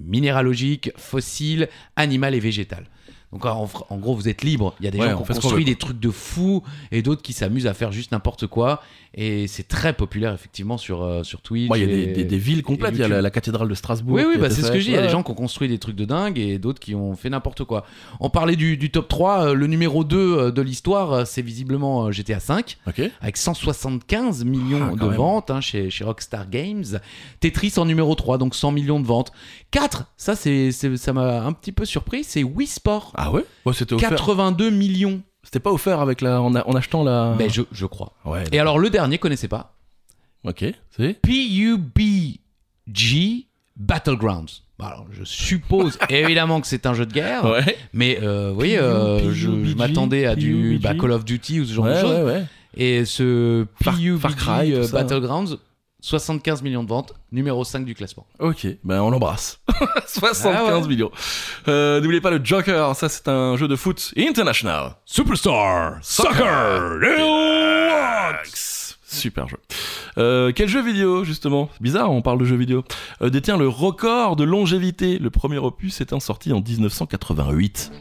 S3: minéralogiques, fossiles, animales et végétales. Donc en, en gros, vous êtes libre. Il y a des
S1: Ouais,
S3: gens
S1: on
S3: qui ont
S1: fait ce qu'on
S3: construit
S1: veut,
S3: des trucs de fous et d'autres qui s'amusent à faire juste n'importe quoi. Et c'est très populaire effectivement sur, euh, sur Twitch.
S1: Moi, il y a
S3: et-
S1: des, des- des villes complètes. Il y a
S3: YouTube.
S1: la, la cathédrale de Strasbourg.
S3: oui,
S1: qui
S3: oui,
S1: a
S3: bah,
S1: été
S3: c'est ce que
S1: faite.
S3: je dis. Il y a
S1: Ouais,
S3: des gens qui ont construit des trucs de dingue et d'autres qui ont fait n'importe quoi. On parlait du, du top 3. euh, le numéro 2 euh, de l'histoire, euh, c'est visiblement euh, GTA V,
S1: Ok.
S3: avec 175 millions
S1: Ah, quand
S3: de
S1: même.
S3: ventes hein, chez, chez Rockstar Games. Tetris en numéro 3, donc 100 millions de ventes. 4, ça, c'est, c'est- ça m'a un petit peu surpris, c'est Wii Sport.
S1: Ah ouais. Ouais, c'était offert.
S3: 82 millions,
S1: C'était pas offert avec la en, a- en achetant la.
S3: ben, je, je crois.
S1: Ouais.
S3: Et alors, le dernier, connaissez pas
S1: Ok. C'est.
S3: PUBG Battlegrounds. Bah, Alors, je suppose évidemment que c'est un jeu de guerre.
S1: Ouais.
S3: Mais euh, vous voyez,
S1: PUBG,
S3: euh, je, je m'attendais à du
S1: PUBG.
S3: bah, Call of Duty ou ce genre de
S1: Ouais,
S3: choses.
S1: ouais, ouais.
S3: Et ce
S1: Far-
S3: PUBG
S1: Far Cry,
S3: euh,
S1: tout ça.
S3: Battlegrounds, 75 millions de ventes, numéro 5 du classement.
S1: Ok, ben on l'embrasse. 75
S3: Ah ouais.
S1: millions. Euh, N'oubliez pas le Joker, ça c'est un jeu de foot international.
S2: Superstar Soccer Deluxe.
S1: Super jeu. Euh, quel jeu vidéo justement Bizarre, on parle de jeu vidéo. Euh, détient le record de longévité. Le premier opus étant sorti en 1988.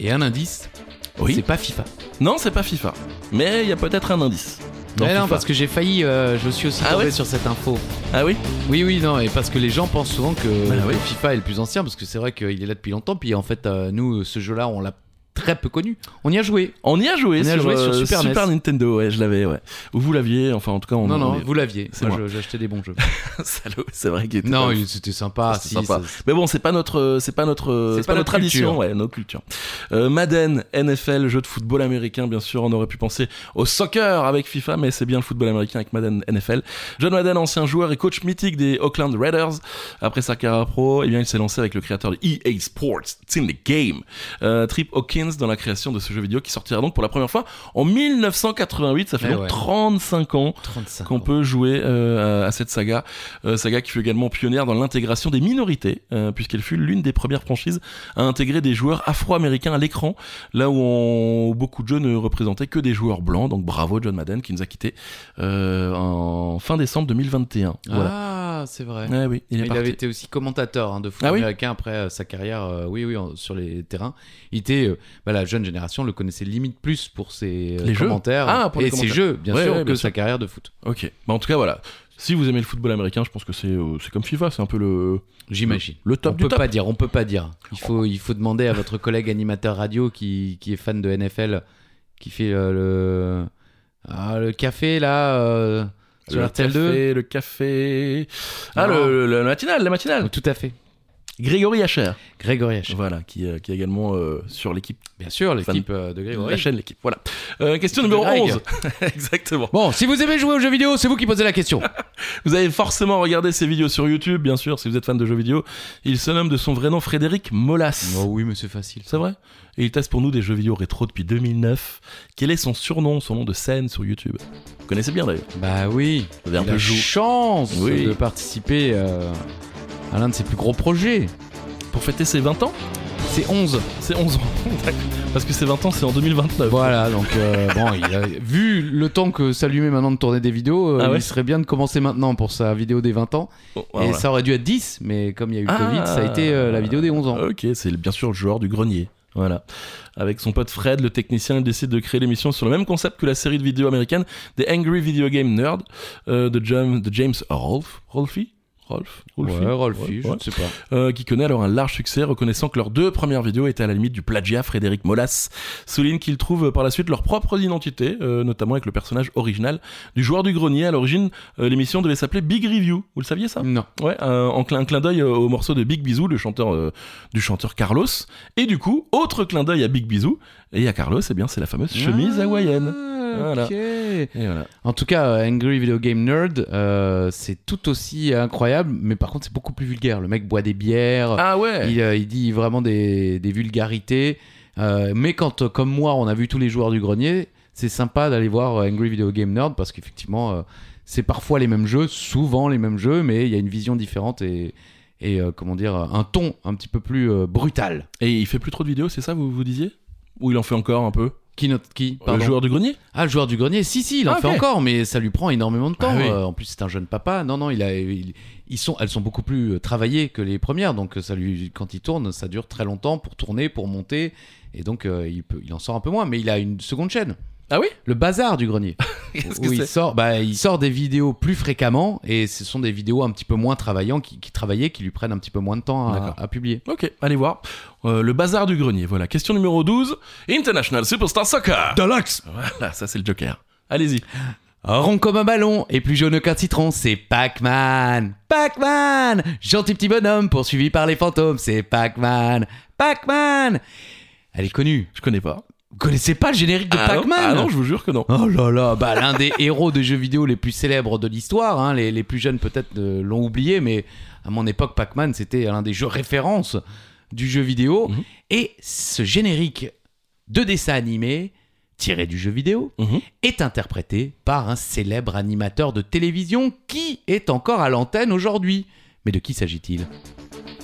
S3: Et un indice, c'est
S1: Oui.
S3: pas FIFA.
S1: Non, c'est pas FIFA. Mais il y a peut-être un indice. dans
S3: Mais non,
S1: FIFA.
S3: parce que j'ai failli, euh, je suis aussi
S1: Ah
S3: tombé
S1: ouais
S3: sur cette info.
S1: Ah oui.
S3: Oui, oui, non, et parce que les gens pensent souvent que
S1: Ah ouais.
S3: que FIFA est le plus ancien, parce que c'est vrai qu'il est là depuis longtemps, puis en fait, euh, nous, ce jeu-là, on l'a très peu connu. On y a joué.
S1: On y a joué,
S3: On y a
S1: sur,
S3: joué sur
S1: euh,
S3: Super
S1: Super,
S3: NES.
S1: Nintendo, ouais, je l'avais, ouais. Ou vous l'aviez, enfin en tout cas on
S3: non, non,
S1: on-
S3: vous l'aviez.
S1: C'est
S3: Moi,
S1: moi.
S3: je- j'ai acheté des bons jeux.
S1: Salaud, c'est vrai qu'il était
S3: non,
S1: pas-
S3: il- c'était sympa.
S1: C'était
S3: si,
S1: sympa.
S3: ça-
S1: Mais bon, c'est pas notre, euh, c'est pas notre, euh,
S3: C'est
S1: c'est pas
S3: pas
S1: notre
S3: notre
S1: tradition,
S3: culture.
S1: ouais, nos cultures. Euh, Madden, NFL, jeu de football américain, bien sûr, on aurait pu penser au soccer avec FIFA, mais c'est bien le football américain avec Madden NFL. John Madden, ancien joueur et coach mythique des Oakland Raiders, après sa carrière pro, eh bien, il s'est lancé avec le créateur de EA Sports, It's in the Game, euh, Trip Hawkins, dans la création de ce jeu vidéo qui sortira donc pour la première fois en 1988. Ça fait
S3: Eh
S1: donc
S3: ouais.
S1: 35 ans
S3: 35.
S1: qu'on peut jouer euh, à, à cette saga, Euh, saga qui fut également pionnière dans l'intégration des minorités, euh, puisqu'elle fut l'une des premières franchises à intégrer des joueurs afro-américains à l'écran, là où, on- où beaucoup de jeux ne représentaient que des joueurs blancs. Donc bravo John Madden qui nous a quittés euh, en fin décembre 2021. Voilà.
S3: Ah, c'est vrai.
S1: Ouais, oui, il est
S3: Mais il
S1: parti.
S3: avait été aussi commentateur hein, de foot
S1: Ah oui
S3: américain après euh, sa carrière, euh, oui, oui, en- sur les terrains. Il était, euh, bah, la jeune génération le connaissait limite plus pour ses euh,
S1: Les jeux
S3: commentaires
S1: Ah, pour les
S3: et ses
S1: commentaires.
S3: jeux, bien
S1: Ouais,
S3: sûr,
S1: ouais,
S3: que
S1: bien
S3: sa carrière de foot.
S1: Ok. Bah, en tout cas, voilà. Si vous aimez le football américain, je pense que c'est euh, c'est comme FIFA, c'est un peu le,
S3: J'imagine.
S1: le
S3: On
S1: top du
S3: peut
S1: top.
S3: pas dire, on peut pas dire. Il faut, il faut demander à votre collègue animateur radio qui, qui est fan de NFL, qui fait euh, le, ah, le café là euh, sur
S1: le
S3: RTL 2.
S1: café, le café. Ah,
S3: Non.
S1: le, le- la matinale, la matinale.
S3: Ah, Tout à fait.
S1: Grégory Hacher.
S3: Grégory H.
S1: Voilà, qui, euh, qui est également euh, sur l'équipe,
S3: Bien sûr, l'équipe euh, de Grégory.
S1: la chaîne l'équipe. Voilà. Euh, question
S3: L'équipe
S1: numéro
S3: de Greg.
S1: 11. Exactement.
S3: Bon, si vous aimez jouer aux jeux vidéo, c'est vous qui posez la question.
S1: Vous avez forcément regardé ces vidéos sur YouTube, bien sûr, si vous êtes fan de jeux vidéo. Il se nomme de son vrai nom Frédéric Molas.
S3: Oh oui, mais c'est facile.
S1: Oh C'est vrai Et il teste pour nous des jeux vidéo rétro depuis 2009. Quel est son surnom, son nom de scène sur YouTube Vous connaissez bien d'ailleurs.
S3: Bah oui,
S1: Vous avez un
S3: il a
S1: peu joué.
S3: chance
S1: Oui.
S3: de participer euh, à l'un de ses plus gros projets.
S1: Pour fêter ses 20 ans
S3: C'est 11.
S1: C'est 11 ans. D'accord. Parce que ses 20 ans, c'est en 2029.
S3: Voilà, donc euh, bon, il a- vu le temps que ça lui met maintenant de tourner des vidéos, euh,
S1: Ah ouais
S3: il serait bien de commencer maintenant pour sa vidéo des 20 ans.
S1: Bon,
S3: Et
S1: voilà.
S3: ça aurait dû être 10, mais comme il y a eu le
S1: Ah.
S3: Covid, ça a été euh, la vidéo des 11 ans.
S1: Ok, c'est le- bien sûr le joueur du grenier. Voilà. Avec son pote Fred, le technicien, il décide de créer l'émission sur le même concept que la série de vidéos américaine The Angry Video Game Nerd euh, de, Jam- de James Rolfe. Rolfe Rolf, Rolfi,
S3: Ouais, Rolfi,
S1: ouais,
S3: je
S1: ouais.
S3: ne sais pas.
S1: Euh, qui connaît alors un large succès, reconnaissant que leurs deux premières vidéos étaient à la limite du plagiat. Frédéric Molas souligne qu'ils trouvent euh, par la suite leur propre identité, euh, notamment avec le personnage original du joueur du grenier. À l'origine, euh, l'émission devait s'appeler Big Review. Vous le saviez ça
S3: Non.
S1: Ouais, un, en clin- un clin d'œil euh, au morceau de Big Bisou le chanteur, euh, du chanteur Carlos. Et du coup, autre clin d'œil à Big Bisou et à Carlos, eh bien, c'est la fameuse chemise hawaïenne.
S3: Ah, ok.
S1: Et voilà.
S3: En tout cas, euh, Angry Video Game Nerd, euh, c'est tout aussi incroyable, mais par contre, c'est beaucoup plus vulgaire. Le mec boit des bières,
S1: Ah ouais
S3: il, euh, il dit vraiment des, des vulgarités. euh, mais quand, euh, comme moi, on a vu tous les joueurs du grenier, c'est sympa d'aller voir euh, Angry Video Game Nerd parce qu'effectivement, euh, c'est parfois les mêmes jeux, souvent les mêmes jeux, mais il y a une vision différente et, et euh, comment dire, un ton un petit peu plus euh, brutal.
S1: Et il fait plus trop de vidéos, c'est ça, vous vous disiez Ou il en fait encore un peu
S3: Qui note qui
S1: Le
S3: Pardon.
S1: joueur du grenier
S3: Ah, le joueur du grenier, si, si, il en
S1: Ah,
S3: fait
S1: ok.
S3: encore, mais ça lui prend énormément de temps.
S1: Ah, oui.
S3: Euh, en plus, c'est un jeune papa. Non, non, il a, il- ils sont, elles sont beaucoup plus euh, travaillées que les premières, donc euh, ça lui, quand il tourne, ça dure très longtemps pour tourner, pour monter, et donc euh, il, peut, il en sort un peu moins, mais il a une seconde chaîne.
S1: Ah oui
S3: Le bazar du grenier.
S1: Qu'est-ce que
S3: où il
S1: c'est
S3: sort, bah, il sort des vidéos plus fréquemment, et ce sont des vidéos un petit peu moins travaillant, qui, qui travaillées, qui lui prennent un petit peu moins de temps
S1: D'accord.
S3: à, à publier.
S1: Ok, allez voir. Euh, le bazar du grenier, voilà. Question numéro 12. International Superstar Soccer
S2: Deluxe.
S1: Voilà, ça c'est le Joker. Allez-y.
S3: Rond comme un ballon et plus jaune qu'un citron, c'est Pac-Man. Pac-Man Gentil petit bonhomme poursuivi par les fantômes, c'est Pac-Man. Pac-Man Elle est connue.
S1: Je connais pas.
S3: Vous connaissez pas le générique de
S1: Ah non,
S3: Pac-Man
S1: Ah non, je vous jure que non.
S3: Oh là là, bah, l'un des héros de jeux vidéo les plus célèbres de l'histoire, hein. les, les plus jeunes peut-être euh, l'ont oublié, mais à mon époque, Pac-Man, c'était l'un des jeux références du jeu vidéo.
S1: Mhm.
S3: Et ce générique de dessin animé, tiré du jeu vidéo,
S1: Mhm.
S3: est interprété par un célèbre animateur de télévision qui est encore à l'antenne aujourd'hui. Mais de qui s'agit-il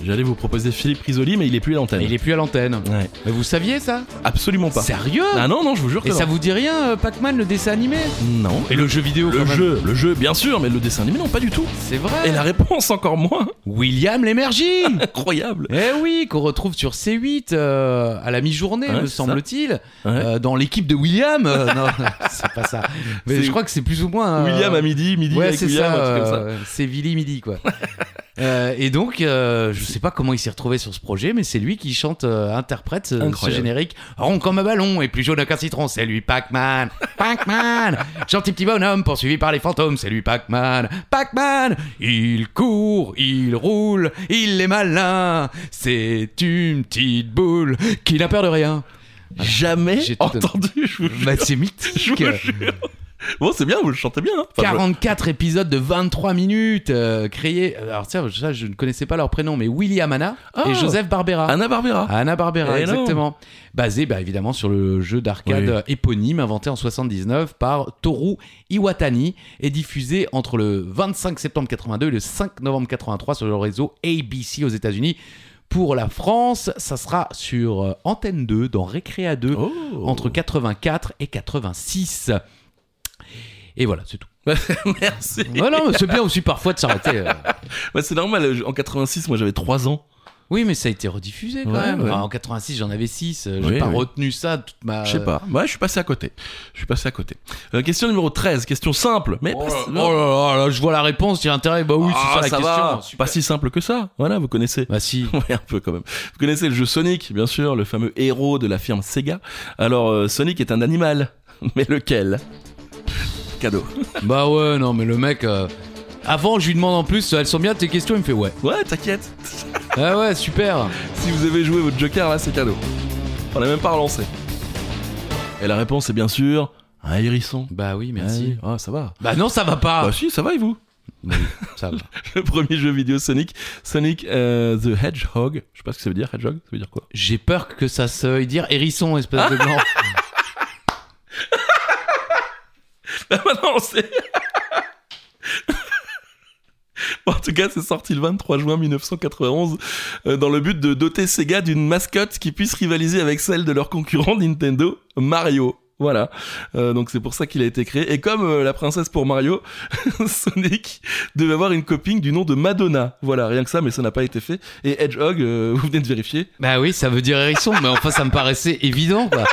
S1: J'allais vous proposer Philippe Risoli, mais il est plus à l'antenne.
S3: Il est plus à l'antenne.
S1: Ouais.
S3: Mais vous saviez ça
S1: Absolument pas.
S3: Sérieux
S1: Ah non, non, je vous jure que
S3: Et
S1: non.
S3: ça vous dit rien, euh, Pac-Man, le dessin animé
S1: Non.
S3: Et le jeu vidéo
S1: Le
S3: quand même.
S1: jeu, le jeu, bien sûr, mais le dessin animé, non, pas du tout.
S3: C'est vrai.
S1: Et la réponse encore moins.
S3: William Lémergie
S1: Incroyable.
S3: Eh oui, qu'on retrouve sur C8 euh, à la mi-journée,
S1: Ouais,
S3: me
S1: c'est ça.
S3: semble-t-il,
S1: Ouais.
S3: euh, dans l'équipe de William. Euh, non, non, c'est pas ça. Mais
S1: C'est-
S3: je crois que c'est plus ou moins. euh,
S1: William à midi, midi
S3: Ouais,
S1: avec
S3: c'est
S1: William,
S3: ça.
S1: un truc comme ça.
S3: euh, c'est Vili Midi, quoi. Euh, et donc, euh, je sais pas comment il s'est retrouvé sur ce projet, mais c'est lui qui chante, euh, interprète ce- ce,
S1: Incroyable.
S3: générique. Rond comme un ballon et plus jaune qu'un citron, c'est lui Pac-Man. Pac-Man Gentil petit bonhomme poursuivi par les fantômes, c'est lui Pac-Man. Pac-Man Il court, il roule, il est malin. C'est une petite boule qui n'a peur de rien.
S1: Jamais
S3: J'ai tout donné.
S1: entendu, je vous jure.
S3: Bah, c'est
S1: Je vous
S3: mythique.
S1: jure. Bon, c'est bien, vous le chantez bien. hein. Enfin, je-
S3: 44 épisodes de 23 minutes euh, créés. Alors, tiens, ça, je ne connaissais pas leur prénom, mais William Anna
S1: Ah,
S3: et Joseph Barbera.
S1: Anna Barbera.
S3: Anna Barbera,
S1: Eh non.
S3: exactement. Basé bah, évidemment sur le jeu d'arcade
S1: Oui.
S3: euh, éponyme inventé en 79 par Toru Iwatani et diffusé entre le 25 septembre 82 et le 5 novembre 83 sur le réseau ABC aux États-Unis. Pour la France, ça sera sur euh, Antenne 2 dans Récréa 2
S1: Oh.
S3: entre 84 et 86. Et voilà, c'est tout.
S1: Merci.
S3: Ouais, non, mais c'est bien aussi parfois de s'arrêter. euh.
S1: Ouais, c'est normal, euh, en 86, moi j'avais 3 ans.
S3: Oui, mais ça a été rediffusé quand
S1: Ouais,
S3: même.
S1: ouais.
S3: Alors, en 86, j'en avais 6. J'ai
S1: Oui,
S3: pas
S1: oui.
S3: retenu ça toute ma.
S1: Je sais pas. Ouais, je suis passé à côté. Je suis passé à côté. Euh, question numéro 13, question simple, mais
S3: Oh
S1: pas
S3: là,
S1: si-
S3: oh là là, là, je vois la réponse, j'ai intérêt. Bah oui,
S1: Ah,
S3: c'est ça
S1: ça
S3: la
S1: va.
S3: question.
S1: Pas si simple que ça. Voilà, vous connaissez.
S3: Bah si.
S1: Ouais, un peu quand même. Vous connaissez le jeu Sonic, bien sûr, le fameux héros de la firme Sega. Alors, euh, Sonic est un animal, mais lequel Cadeau.
S3: bah ouais, non, mais le mec. euh, Avant, je lui demande en plus, elles sont bien tes questions, il me fait ouais.
S1: Ouais, t'inquiète.
S3: Ah ouais, super.
S1: Si vous avez joué votre Joker, là, c'est cadeau. On l'a même pas relancé. Et la réponse est bien sûr un hérisson.
S3: Bah oui, merci.
S1: Ah, oui. Ah, ça va.
S3: Bah non, ça va pas. Bah
S1: Bah si, ça va et vous
S3: ça va.
S1: Le premier jeu vidéo Sonic, Sonic euh, the Hedgehog. Je sais pas ce que ça veut dire, Hedgehog, ça veut dire quoi
S3: J'ai peur que ça se dire hérisson, espèce de blanc.
S1: Maintenant on sait En tout cas, c'est sorti le 23 juin 1991 euh, dans le but de doter Sega d'une mascotte qui puisse rivaliser avec celle de leur concurrent Nintendo, Mario. Voilà. Euh, donc c'est pour ça qu'il a été créé. Et comme euh, la princesse pour Mario, Sonic devait avoir une copine du nom de Madonna. Voilà, rien que ça, mais ça n'a pas été fait. Et Hedgehog, euh, vous venez de vérifier.
S3: Bah oui, ça veut dire hérisson, mais enfin, ça me paraissait évident, quoi.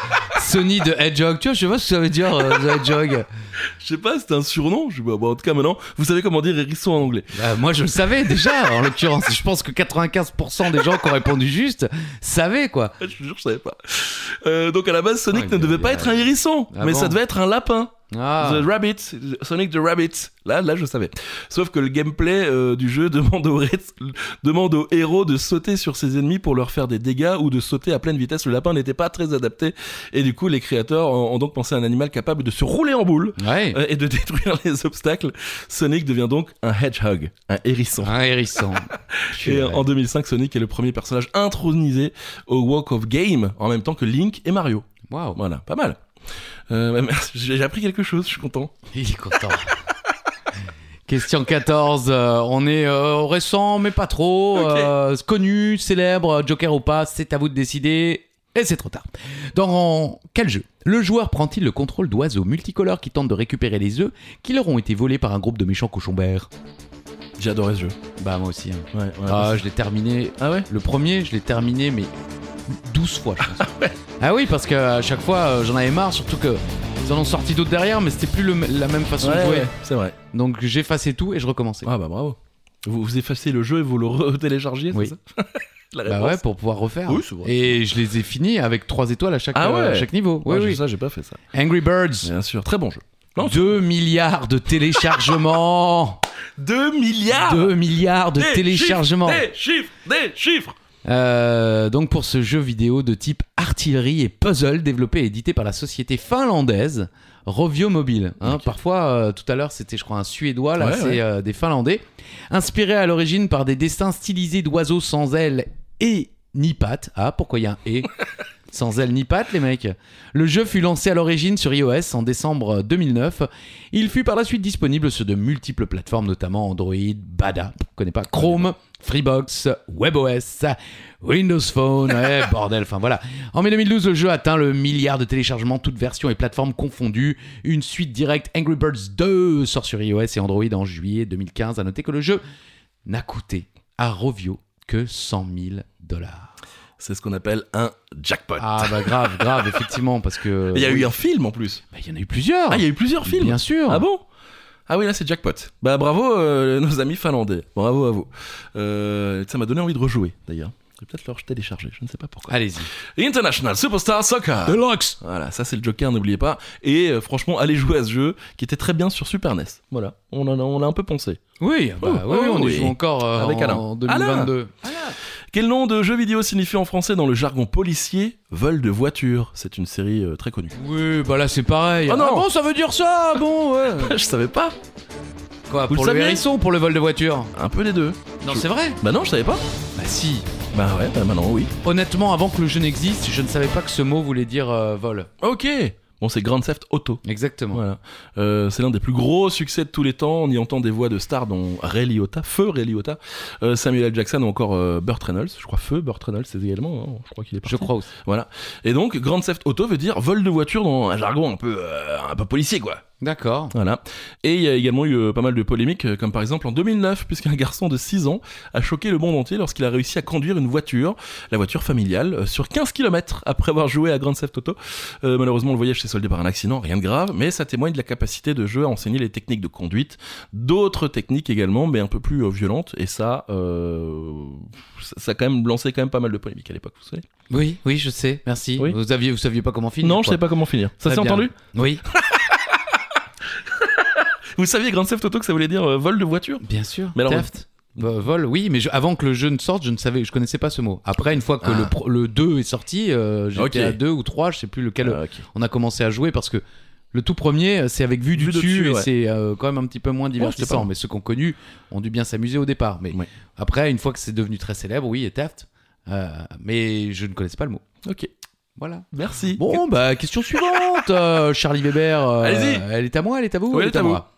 S3: Sony de Hedgehog, tu vois, je sais pas ce que ça veut dire, euh, The Hedgehog.
S1: Je sais pas, c'était un surnom. Je... bah, bah, en tout cas, maintenant, vous savez comment dire hérisson en anglais.
S3: Bah, moi, je le savais déjà, en l'occurrence. Je pense que 95% des gens qui ont répondu juste savaient, quoi.
S1: Je te jure, je savais pas. Euh, donc à la base, Sonic ne
S3: Ah, il y a-
S1: devait
S3: il y
S1: pas
S3: a-
S1: être un hérisson,
S3: Ah
S1: mais
S3: bon
S1: ça devait être un lapin.
S3: Ah.
S1: The Rabbit, Sonic the Rabbit. Là, là, je savais. Sauf que le gameplay euh, du jeu demande aux, ré- demande aux héros de sauter sur ses ennemis pour leur faire des dégâts ou de sauter à pleine vitesse. Le lapin n'était pas très adapté et du coup, les créateurs ont, ont donc pensé à un animal capable de se rouler en boule
S3: Ouais.
S1: euh, et de détruire les obstacles. Sonic devient donc un hedgehog, un hérisson.
S3: Un hérisson.
S1: Et euh,
S3: Purée.
S1: en 2005, Sonic est le premier personnage intronisé au Walk of Game en même temps que Link et Mario.
S3: Waouh.
S1: Voilà, pas mal. Euh, bah, merci, j'ai appris quelque chose, je suis content.
S3: Il est content. Question 14. euh, on est euh, récent, mais pas trop.
S1: Ok.
S3: euh, connu, célèbre, Joker ou pas, c'est à vous de décider. Et c'est trop tard. Dans quel jeu le joueur prend-il le contrôle d'oiseaux multicolores qui tentent de récupérer les œufs qui leur ont été volés par un groupe de méchants cochons verts
S1: J'ai adoré ce jeu.
S3: Bah moi aussi. hein.
S1: Ouais, ouais,
S3: ah,
S1: parce-
S3: je l'ai terminé.
S1: ah ouais
S3: Le premier, je l'ai terminé, mais 12 fois, je pense. ah oui, parce que à chaque fois, euh, j'en avais marre, surtout que ils en ont sorti d'autres derrière, mais c'était plus le m- la même façon de
S1: Ouais,
S3: jouer.
S1: ouais, c'est vrai.
S3: Donc j'effaçais tout et je recommençais.
S1: Ah bah bravo. Vous, vous effacez le jeu et vous le retéléchargez,
S3: Oui.
S1: c'est ça La
S3: bah
S1: réponse.
S3: ouais, pour pouvoir refaire.
S1: Oui, c'est vrai.
S3: Et je les ai finis avec 3 étoiles à chaque,
S1: Ah
S3: euh, à
S1: ouais.
S3: chaque niveau. Oui,
S1: Ah, j'ai-
S3: oui.
S1: Ça, j'ai pas fait ça.
S3: Angry Birds.
S1: Bien sûr, très bon jeu. Non,
S3: 2 milliards de téléchargements
S1: 2 milliards
S3: 2 milliards de téléchargements
S1: Des chiffres Des chiffres
S3: Euh, Donc pour ce jeu vidéo de type artillerie et puzzle développé et édité par la société finlandaise Rovio Mobile. hein.
S1: Ok.
S3: Parfois, euh, tout à l'heure c'était je crois un suédois, là
S1: Ouais,
S3: c'est
S1: ouais.
S3: euh, des finlandais. Inspiré à l'origine par des dessins stylisés d'oiseaux sans ailes et ni pattes. Ah, pourquoi il y a un et Sans ailes ni pattes, les mecs. Le jeu fut lancé à l'origine sur iOS en décembre 2009. Il fut par la suite disponible sur de multiples plateformes, notamment Android, Bada, je connais pas, Chrome, Freebox, WebOS, Windows Phone, ouais, bordel, enfin voilà. En mai 2012, le jeu atteint le milliard de téléchargements, toutes versions et plateformes confondues. Une suite directe Angry Birds 2 sort sur iOS et Android en juillet 2015. À noter que le jeu n'a coûté à Rovio que 100 000 dollars.
S1: C'est ce qu'on appelle un jackpot.
S3: Ah bah grave, grave, effectivement, parce que...
S1: il y a eu
S3: Bah,
S1: un film en plus.
S3: il y en a eu plusieurs
S1: Ah, il y a eu plusieurs films
S3: Bien sûr
S1: Ah bon ah oui, là c'est jackpot. Bah bravo euh, nos amis finlandais. Bravo à vous. Euh, ça m'a donné envie de rejouer d'ailleurs. Je vais peut-être leur télécharger, je ne sais pas pourquoi.
S3: Allez-y.
S1: International Superstar Soccer.
S2: Deluxe.
S1: Voilà, ça c'est le Joker, n'oubliez pas. Et euh, franchement, allez jouer à ce jeu qui était très bien sur Super NES. Voilà, on en a, on a un peu pensé.
S3: Oui, bah,
S1: Oh,
S3: oui,
S1: oh,
S3: on
S1: oui.
S3: y joue encore euh,
S1: Avec
S3: en,
S1: Alain.
S3: en 2022.
S1: Quel nom de jeu vidéo signifie en français dans le jargon policier vol de voiture C'est une série euh, très connue.
S3: Oui, bah là c'est pareil.
S1: Oh non.
S3: Ah bon, ça veut dire ça, Ah bon, ouais.
S1: Je savais pas.
S3: Quoi,
S1: Vous
S3: pour
S1: le
S3: le,
S1: saviez
S3: hérisson ou pour le vol de voiture
S1: Un peu les deux.
S3: Non,
S1: Je-
S3: c'est vrai.
S1: Bah non, je savais pas.
S3: Bah si.
S1: Bah ouais, bah maintenant oui.
S3: Honnêtement, avant que le jeu n'existe, je ne savais pas que ce mot voulait dire euh, vol.
S1: Ok. Bon, c'est Grand Theft Auto.
S3: Exactement.
S1: Voilà. Euh, c'est l'un des plus gros succès de tous les temps. On y entend des voix de stars dont Ray Liotta, Feu Ray Liotta, euh, Samuel L. Jackson ou encore euh, Burt Reynolds. Je crois Feu Burt Reynolds, c'est également. hein. Je crois qu'il est parti.
S3: Je crois aussi.
S1: Et donc, Grand Theft Auto veut dire vol de voiture dans un jargon un peu, euh, un peu policier, quoi.
S3: D'accord.
S1: Voilà. Et il y a également eu euh, pas mal de polémiques, euh, comme par exemple en 2009, puisqu'un garçon de 6 ans a choqué le monde entier lorsqu'il a réussi à conduire une voiture, la voiture familiale, euh, sur 15 km après avoir joué à Grand Theft Auto. Euh, malheureusement, le voyage s'est soldé par un accident, rien de grave, mais ça témoigne de la capacité de jeu à enseigner les techniques de conduite, d'autres techniques également, mais un peu plus euh, violentes, et ça, euh, ça, ça a quand même lancé quand même pas mal de polémiques à l'époque, vous savez.
S3: Oui, oui, je sais. Merci.
S1: Oui.
S3: Vous aviez, vous saviez pas comment finir
S1: non, je
S3: quoi.
S1: sais pas comment finir. Ça
S3: Très
S1: s'est
S3: bien.
S1: entendu
S3: Oui,
S1: Vous saviez Grand Theft Auto que ça voulait dire euh, vol de voiture
S3: bien sûr.
S1: Mais alors-
S3: Theft. Bah, vol, oui, mais je- avant que le jeu ne sorte, je ne savais, je connaissais pas ce mot. Après, une fois que
S1: Ah.
S3: le, pro- le 2 est sorti, euh, j'étais
S1: Ok.
S3: à 2 ou 3, je sais plus lequel.
S1: Ah, ok.
S3: on a commencé à jouer parce que le tout premier, euh, c'est avec vue du
S1: Vue de
S3: dessus,
S1: dessus,
S3: et
S1: ouais.
S3: c'est euh, quand même un petit peu moins
S1: c'était pas
S3: divertissant.
S1: mal.
S3: mais ceux qu'on connu ont dû bien s'amuser au départ. Mais
S1: Ouais.
S3: après, une fois que c'est devenu très célèbre, oui, et Taft. euh, mais je ne connaissais pas le mot.
S1: Ok.
S3: Voilà.
S1: Merci.
S3: Bon, bah, question suivante. euh, Charlie Weber. euh,
S1: Allez-y.
S3: Elle est à moi, elle est à vous
S1: Oui, elle est à vous.
S3: moi.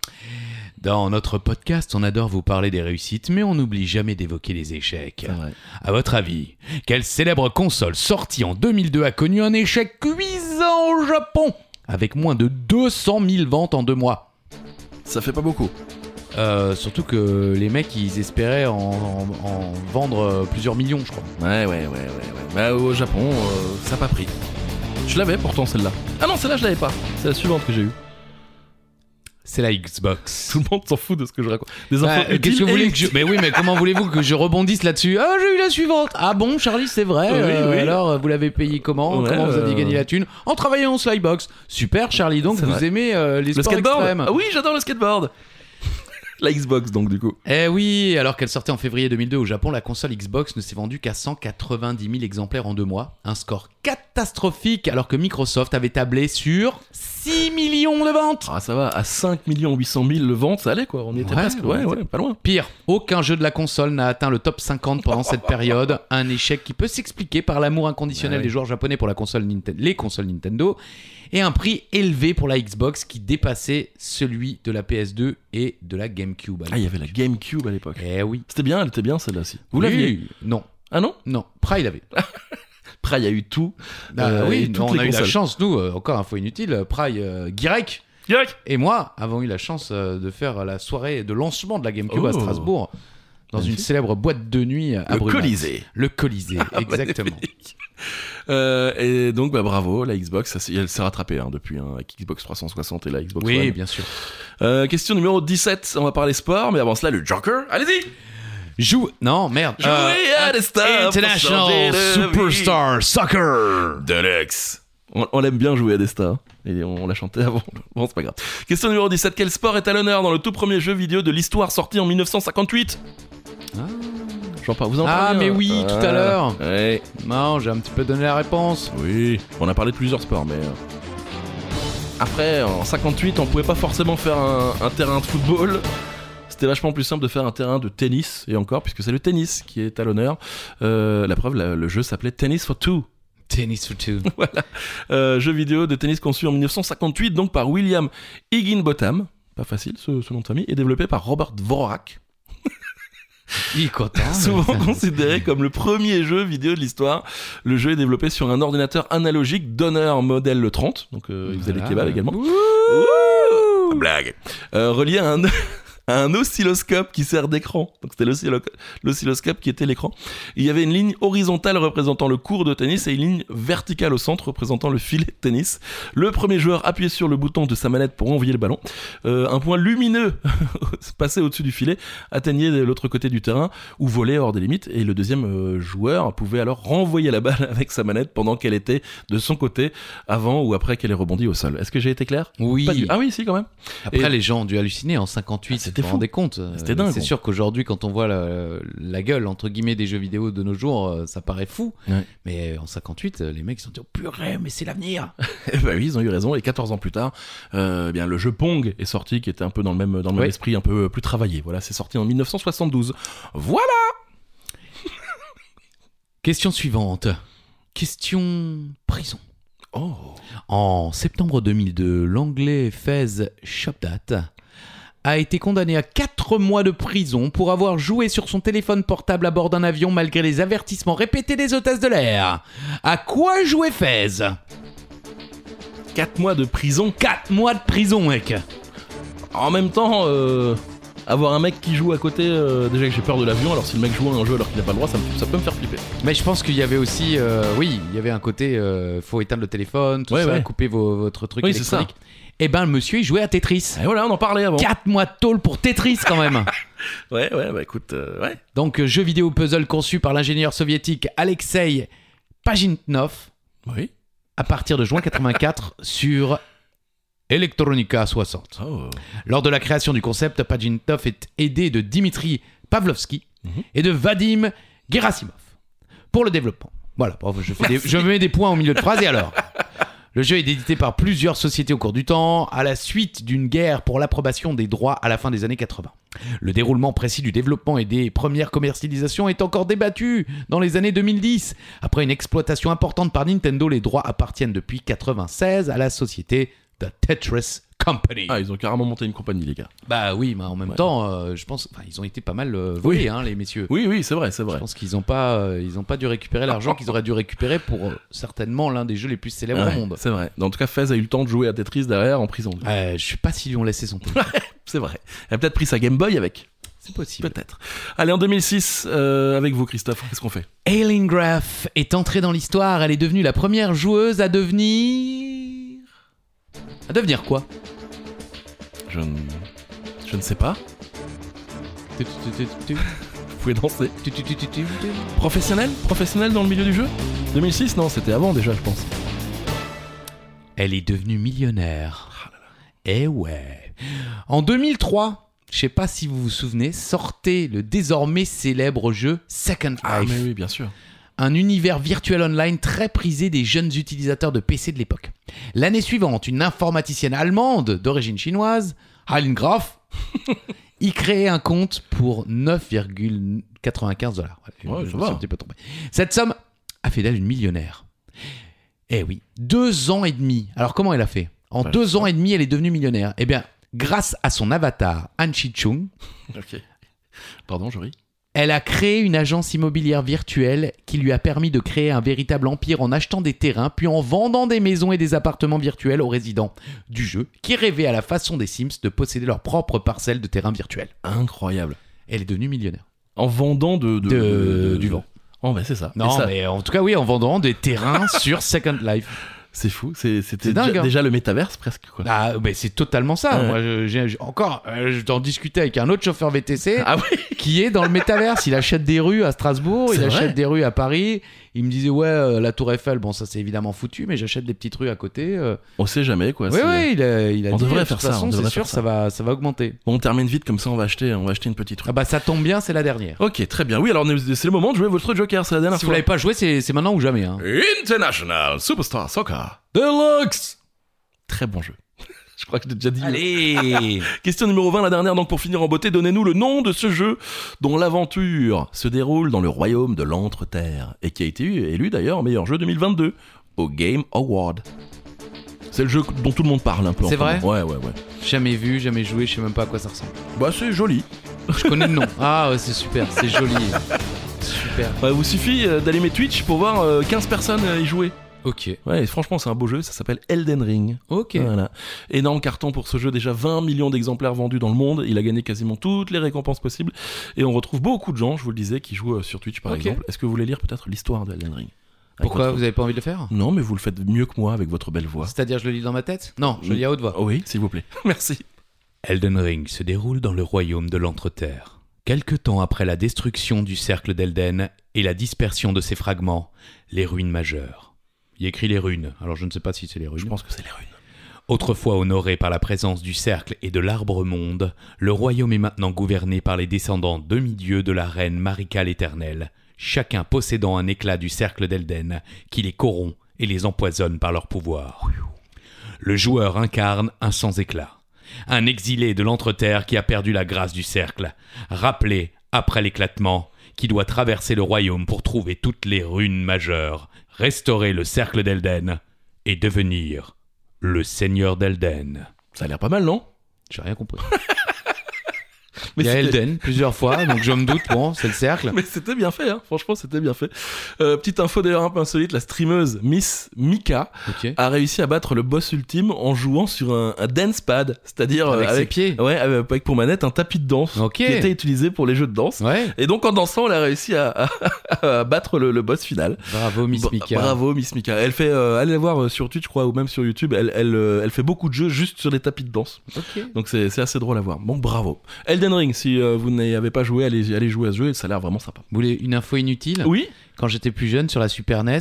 S3: Dans notre podcast, on adore vous parler des réussites, mais on n'oublie jamais d'évoquer les échecs.
S1: C'est vrai.
S3: À votre avis, quelle célèbre console sortie en 2002 a connu un échec cuisant au Japon avec moins de 200 000 ventes en deux mois.
S1: Ça fait pas beaucoup.
S3: Euh, surtout que les mecs, ils espéraient en, en- en vendre euh, plusieurs millions, je crois.
S1: Ouais, ouais, ouais, ouais. ouais. Bah, au Japon, euh, ça a pas pris. Je l'avais pourtant celle-là. Ah non, celle-là, je l'avais pas. C'est la suivante que j'ai eue.
S3: C'est la Xbox.
S1: Tout le monde s'en fout de ce que je raconte. Des
S3: Bah,
S1: infos
S3: euh,
S1: utiles
S3: Qu'est-ce que vous
S1: et
S3: voulez que je...
S1: utiles.
S3: Mais oui, mais comment voulez-vous que je rebondisse là-dessus Ah, j'ai eu la suivante Ah bon, Charlie, c'est vrai
S1: Oui,
S3: euh,
S1: oui.
S3: Alors, euh, vous l'avez payé comment
S1: Ouais,
S3: Comment vous aviez
S1: euh,
S3: gagné la thune En travaillant en Slybox. Super, Charlie, donc
S1: C'est
S3: vous
S1: vrai.
S3: aimez euh, les
S1: Le
S3: sports
S1: skateboard
S3: extrêmes
S1: Ah oui, j'adore le skateboard La Xbox, donc, du coup.
S3: Eh oui, alors qu'elle sortait en février 2002 au Japon, la console Xbox ne s'est vendue qu'à 190 000 exemplaires en deux mois. Un score catastrophique alors que Microsoft avait tablé sur 6 millions de ventes.
S1: Ah, ça va, à 5 800 000 le vente, ça allait quoi, on y était
S3: Ouais,
S1: presque. Ouais,
S3: ouais.
S1: ouais, pas loin.
S3: Pire, aucun jeu de la console n'a atteint le top 50 pendant cette période. Un échec qui peut s'expliquer par l'amour inconditionnel
S1: Ah oui.
S3: des joueurs japonais pour la console Ninten- les consoles Nintendo et un prix élevé pour la Xbox qui dépassait celui de la PS2 et de la GameCube. à
S1: Ah, il y
S3: l'époque.
S1: avait la GameCube à l'époque.
S3: Eh oui.
S1: C'était bien, elle était bien celle-là aussi. Vous
S3: Oui.
S1: l'aviez
S3: Non,
S1: Ah non
S3: non. Pra, il avait.
S1: Après, il y a eu tout.
S3: Bah
S1: Euh, et
S3: oui,
S1: toutes
S3: non, on
S1: les
S3: a eu la
S1: consoles.
S3: chance, nous, euh, encore un fois inutile, euh, Praille, euh, Guirec et moi avons eu la chance euh, de faire euh, la soirée de lancement de la GameCube à
S1: Oh.
S3: Strasbourg dans une
S1: Magnifique.
S3: célèbre boîte de nuit euh, à
S1: Le
S3: Brumath.
S1: Colisée.
S3: Le Colisée,
S1: Ah, bah,
S3: exactement.
S1: Euh, et donc, bah, bravo, la Xbox, ça s'est- elle s'est rattrapée hein, depuis, hein, avec Xbox 360 et la Xbox
S3: oui,
S1: One.
S3: bien sûr.
S1: Euh, question numéro 17, on va parler sport, mais avant cela, le Joker, allez-y
S3: Joue. Non, merde. euh,
S1: Jouez à des stars
S3: International
S1: pour changer de vie.
S3: Superstar Soccer.
S1: Deluxe. On, on l'aime bien jouer à Desta. hein, Et on, l'a chanté avant. Bon, c'est pas grave. Question numéro 17. Quel sport est à l'honneur dans le tout premier jeu vidéo de l'histoire sorti en 1958
S3: Ah.
S1: J'en parle, vous en
S3: Ah,
S1: parlez,
S3: mais
S1: hein
S3: oui, tout à
S1: Ah.
S3: l'heure.
S1: Ouais.
S3: Non, j'ai un petit peu donné la réponse.
S1: Oui. On a parlé de plusieurs sports, mais. euh, Après, en 58, on pouvait pas forcément faire un, un terrain de football. C'était vachement plus simple de faire un terrain de tennis, et encore, puisque c'est le tennis qui est à l'honneur. Euh, la preuve, la- le jeu s'appelait Tennis for Two.
S3: Tennis for two.
S1: Euh, jeu vidéo de tennis conçu en 1958 donc par William Higginbotham, pas facile ce, ce nom de famille, et développé par Robert Dvorak,
S3: Il est content. hein.
S1: souvent considéré comme le premier jeu vidéo de l'histoire. Le jeu est développé sur un ordinateur analogique d'honneur modèle le 30, donc euh, il faisait des
S3: Voilà.
S1: kebabs également.
S3: Ouh.
S1: Ouh, Blague. Euh, relié à un, à un oscilloscope qui sert d'écran. Donc c'était l'oscillo- l'oscilloscope qui était l'écran. Il y avait une ligne horizontale représentant le cours de tennis et une ligne verticale au centre représentant le filet de tennis. Le premier joueur appuyait sur le bouton de sa manette pour envoyer le ballon. Euh, un point lumineux passait au-dessus du filet, atteignait l'autre côté du terrain ou volait hors des limites. Et le deuxième euh, joueur pouvait alors renvoyer la balle avec sa manette pendant qu'elle était de son côté avant ou après qu'elle ait rebondi au sol. Est-ce que j'ai été clair
S3: Oui.
S1: pas du- Ah oui, si, quand même.
S3: Après,
S1: Et-
S3: les gens ont dû halluciner en 58.
S1: Ah, c'était
S3: vous vous
S1: fou.
S3: rendez compte Euh,
S1: C'était dingue,
S3: C'est
S1: gros.
S3: sûr qu'aujourd'hui, quand on voit la, la gueule entre guillemets des jeux vidéo de nos jours, euh, ça paraît fou.
S1: Ouais.
S3: Mais en 58, euh, les mecs ils se sont dit oh, purée, mais c'est l'avenir.
S1: Eh ben oui, ils ont eu raison. Et 14 ans plus tard, euh, eh bien, le jeu Pong est sorti, qui était un peu dans le même, dans le même
S3: Oui.
S1: esprit, un peu euh, plus travaillé. Voilà, c'est sorti en 1972. Voilà
S3: Question suivante. Question prison.
S1: Oh
S3: En septembre 2002, l'anglais Fez Shopdat a été condamné à 4 mois de prison pour avoir joué sur son téléphone portable à bord d'un avion malgré les avertissements répétés des hôtesses de l'air. À quoi jouait Fez
S1: 4 mois de prison
S3: 4 mois de prison, mec
S1: En même temps, euh, avoir un mec qui joue à côté, euh, déjà que j'ai peur de l'avion, alors si le mec joue à un jeu alors qu'il n'a pas le droit, ça, me- ça peut me faire flipper.
S3: Mais je pense qu'il y avait aussi, euh, oui, il y avait un côté, euh, faut éteindre le téléphone, tout
S1: Ouais,
S3: ça,
S1: ouais.
S3: couper vos- votre truc
S1: Oui, c'est ça.
S3: électronique. Et ben le monsieur, il jouait à Tetris.
S1: Et voilà, on en parlait avant.
S3: 4 mois de tôle pour Tetris quand même
S1: Ouais, ouais, bah écoute, euh, ouais.
S3: Donc, euh, jeu vidéo puzzle conçu par l'ingénieur soviétique Alexei Pajintnov
S1: Oui.
S3: à partir de juin 84 sur Electronica 60.
S1: Oh.
S3: Lors de la création du concept, Pajintnov est aidé de Dimitri Pavlovsky
S1: Mhm.
S3: et de Vadim Gerasimov pour le développement. Voilà, bon, je, fais des- je mets des points au milieu de phrase et alors le jeu est édité par plusieurs sociétés au cours du temps, à la suite d'une guerre pour l'approbation des droits à la fin des années 80. Le déroulement précis du développement et des premières commercialisations est encore débattu dans les années 2010. Après une exploitation importante par Nintendo, les droits appartiennent depuis 96 à la société The Tetris Company.
S1: Ah, ils ont carrément monté une compagnie, les gars.
S3: Bah oui, mais en même
S1: Ouais.
S3: temps, euh, je pense, enfin, ils ont été pas mal euh, volés, hein, les messieurs.
S1: Oui, oui, c'est vrai, c'est
S3: Je
S1: vrai.
S3: pense qu'ils n'ont pas, euh, ils ont pas dû récupérer l'argent qu'ils auraient dû récupérer pour euh, certainement l'un des jeux les plus célèbres
S1: Ouais,
S3: au monde.
S1: c'est vrai. En tout cas, Fez a eu le temps de jouer à Tetris derrière en prison.
S3: Euh, je sais pas s'ils lui ont laissé son pot.
S1: C'est vrai. Elle a peut-être pris sa Game Boy avec.
S3: C'est possible.
S1: Peut-être. Allez, en 2006, euh, avec vous, Christophe, qu'est-ce qu'on fait
S3: Aileen Graff est entrée dans l'histoire. Elle est devenue la première joueuse à devenir. À devenir quoi
S1: Je ne... Je ne sais pas. Vous pouvez danser. Professionnel Professionnel dans le milieu du jeu 2006, non, c'était avant déjà, je pense.
S3: Elle est devenue millionnaire. Eh ouais. En 2003, je sais pas si vous vous souvenez, sortait le désormais célèbre jeu Second Life.
S1: Ah, mais oui, bien sûr.
S3: un univers virtuel online très prisé des jeunes utilisateurs de PC de l'époque. L'année suivante, une informaticienne allemande d'origine chinoise, Helen Graf, y créait un compte pour 9,95 dollars.
S1: Ouais, ça
S3: je me
S1: va.
S3: suis un petit peu trompé. Cette somme a fait d'elle une millionnaire. Eh oui, deux ans et demi. Alors comment elle a fait En
S1: Ouais,
S3: deux ans et demi, elle est devenue millionnaire. Eh bien, grâce à son avatar, Han Chi-chung,
S1: Ok. Pardon, je ris.
S3: elle a créé une agence immobilière virtuelle qui lui a permis de créer un véritable empire en achetant des terrains, puis en vendant des maisons et des appartements virtuels aux résidents du jeu, qui rêvaient à la façon des Sims de posséder leur propre parcelle de terrain virtuel.
S1: Incroyable.
S3: Elle est devenue millionnaire.
S1: En vendant de... de- de-
S3: du vent.
S1: Oh, bah c'est ça.
S3: Non,
S1: Et ça,
S3: mais en tout cas, oui, en vendant des terrains sur Second Life.
S1: C'est fou. c'est- C'était
S3: C'est dingue,
S1: déjà,
S3: hein.
S1: déjà le métaverse, presque, quoi.
S3: Ah, mais c'est totalement ça.
S1: Ouais.
S3: Moi, je- j'ai- j'ai- encore, euh, je t'en discutais avec un autre chauffeur VTC.
S1: Ah oui
S3: qui est dans le métaverse. Il achète des rues à Strasbourg, il
S1: C'est vrai
S3: achète des rues à Paris. Il me disait, ouais, euh, la Tour Eiffel, bon, ça c'est évidemment foutu, mais j'achète des petites rues à côté. euh.
S1: On sait jamais, quoi.
S3: Ouais,
S1: Bah, c'est-
S3: ouais, il a, il a
S1: On
S3: dit, euh,
S1: devrait
S3: de
S1: faire
S3: toute
S1: ça, on
S3: façon,
S1: devrait
S3: c'est sûr,
S1: faire ça.
S3: ça va, ça va augmenter.
S1: Bon, on termine vite, comme ça, on va acheter, on va acheter une petite
S3: Ah
S1: truc.
S3: bah, ça tombe bien, c'est la dernière.
S1: Ok, très bien. Oui, alors c'est le moment de jouer votre Joker, c'est la dernière
S3: Si vous
S1: fois.
S3: l'avez pas joué, c'est c'est maintenant ou jamais. hein.
S1: International Superstar Soccer Deluxe Très bon jeu. je crois que j'ai déjà dit.
S3: Allez
S1: Question numéro 20, la dernière, donc pour finir en beauté, donnez-nous le nom de ce jeu dont l'aventure se déroule dans le royaume de l'Entre-Terre et qui a été élu d'ailleurs meilleur jeu 2022 au Game Award. C'est le jeu dont tout le monde parle un peu. en
S3: C'est
S1: ce
S3: vrai
S1: moment. Ouais, ouais, ouais.
S3: Jamais vu, jamais joué, je sais même pas à quoi ça ressemble.
S1: Bah, c'est joli.
S3: Je connais le nom. Ah, ouais, c'est super, c'est joli. Super.
S1: Bah, vous suffit euh, d'aller mes Twitch pour voir euh, 15 personnes euh, y jouer.
S3: Ok.
S1: Ouais, et franchement, c'est un beau jeu, ça s'appelle Elden Ring.
S3: Ok.
S1: Voilà. Énorme carton pour ce jeu, déjà 20 millions d'exemplaires vendus dans le monde, il a gagné quasiment toutes les récompenses possibles, et on retrouve beaucoup de gens, je vous le disais, qui jouent euh, sur Twitch par
S3: Ok.
S1: exemple. Est-ce que vous voulez lire peut-être l'histoire de Elden Ring Avec
S3: Pourquoi
S1: votre-
S3: Vous avez pas envie de le faire
S1: Non, mais vous le faites mieux que moi avec votre belle voix.
S3: C'est-à-dire, je le lis dans ma tête Non, je le lis à haute voix.
S1: Oh oui, s'il vous plaît. Merci.
S3: Elden Ring se déroule dans le royaume de l'Entreterre. Quelque temps après la destruction du cercle d'Elden et la dispersion de ses fragments, les ruines majeures. Il écrit les runes, alors je ne sais pas si c'est les runes.
S1: Je pense que c'est les runes.
S3: Autrefois honoré par la présence du cercle et de l'arbre-monde, le royaume est maintenant gouverné par les descendants demi-dieux de la reine Maricale éternelle, chacun possédant un éclat du cercle d'Elden qui les corrompt et les empoisonne par leur pouvoir. Le joueur incarne un sans-éclat, un exilé de l'entre-terre qui a perdu la grâce du cercle, rappelé après l'éclatement, qui doit traverser le royaume pour trouver toutes les runes majeures, restaurer le cercle d'Elden et devenir le Seigneur d'Elden.
S1: Ça a l'air pas mal, non
S3: J'ai rien compris.
S1: Mais
S3: Il y a
S1: c'était-
S3: Elden plusieurs fois, donc je me doute, bon, c'est le cercle.
S1: Mais c'était bien fait, hein. franchement c'était bien fait. Euh, petite info d'ailleurs un peu insolite, la streameuse Miss Mika
S3: Ok.
S1: a réussi à battre le boss ultime en jouant sur un, un dance pad, c'est-à-dire euh,
S3: Avec, ses
S1: avec
S3: pieds.
S1: Ouais, euh, avec pour manette un tapis de danse
S3: Ok.
S1: qui était utilisé pour les jeux de danse.
S3: Ouais.
S1: Et donc en dansant, elle a réussi à, à- à battre le, le boss final.
S3: Bravo, Miss
S1: Bra-
S3: Mika.
S1: Bravo Miss Mika. Elle fait, euh, allez la voir euh, sur Twitch, je crois, ou même sur YouTube. Elle, elle, euh, elle fait beaucoup de jeux juste sur des tapis de danse.
S3: Ok.
S1: Donc c'est c'est assez drôle à voir. Bon, bravo. Elden Ring, si euh, vous n'y avez pas joué, allez, allez jouer à ce jeu. Ça a l'air vraiment sympa.
S3: Vous voulez une info inutile
S1: Oui.
S3: Quand j'étais plus jeune sur la Super NES,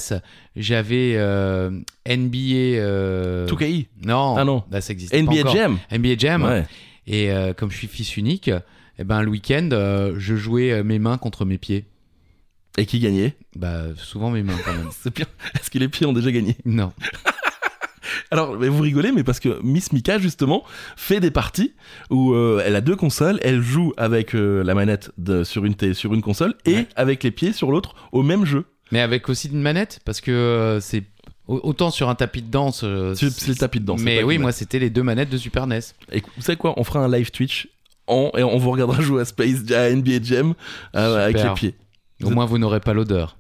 S3: j'avais euh, NBA. euh,
S1: 2KI.
S3: Non,
S1: Ah non.
S3: Là, ça existait pas
S1: NBA
S3: encore.
S1: Jam.
S3: NBA Jam.
S1: Ouais.
S3: Et euh, comme je suis fils unique, eh ben, le week-end, euh, je jouais euh, mes mains contre mes pieds.
S1: Et qui gagnait
S3: Bah, souvent mes mains quand même.
S1: C'est pire. Est-ce que les pieds ont déjà gagné
S3: non.
S1: Alors, mais vous rigolez, mais parce que Miss Mika, justement, fait des parties où euh, elle a deux consoles, elle joue avec euh, la manette de, sur, une télé- sur une console et
S3: Ouais.
S1: avec les pieds sur l'autre au même jeu.
S3: Mais avec aussi une manette, parce que euh, c'est Au- Autant sur un tapis de danse. euh,
S1: C'est c'est le tapis de danse. c'est
S3: Mais
S1: pas
S3: oui,
S1: Kinect.
S3: moi c'était les deux manettes de Super E NES.
S1: Et vous savez quoi On fera un live Twitch en- et on vous regardera jouer à Space à NBA Jam euh, avec
S3: Super.
S1: les pieds.
S3: Au moins, vous n'aurez pas l'odeur.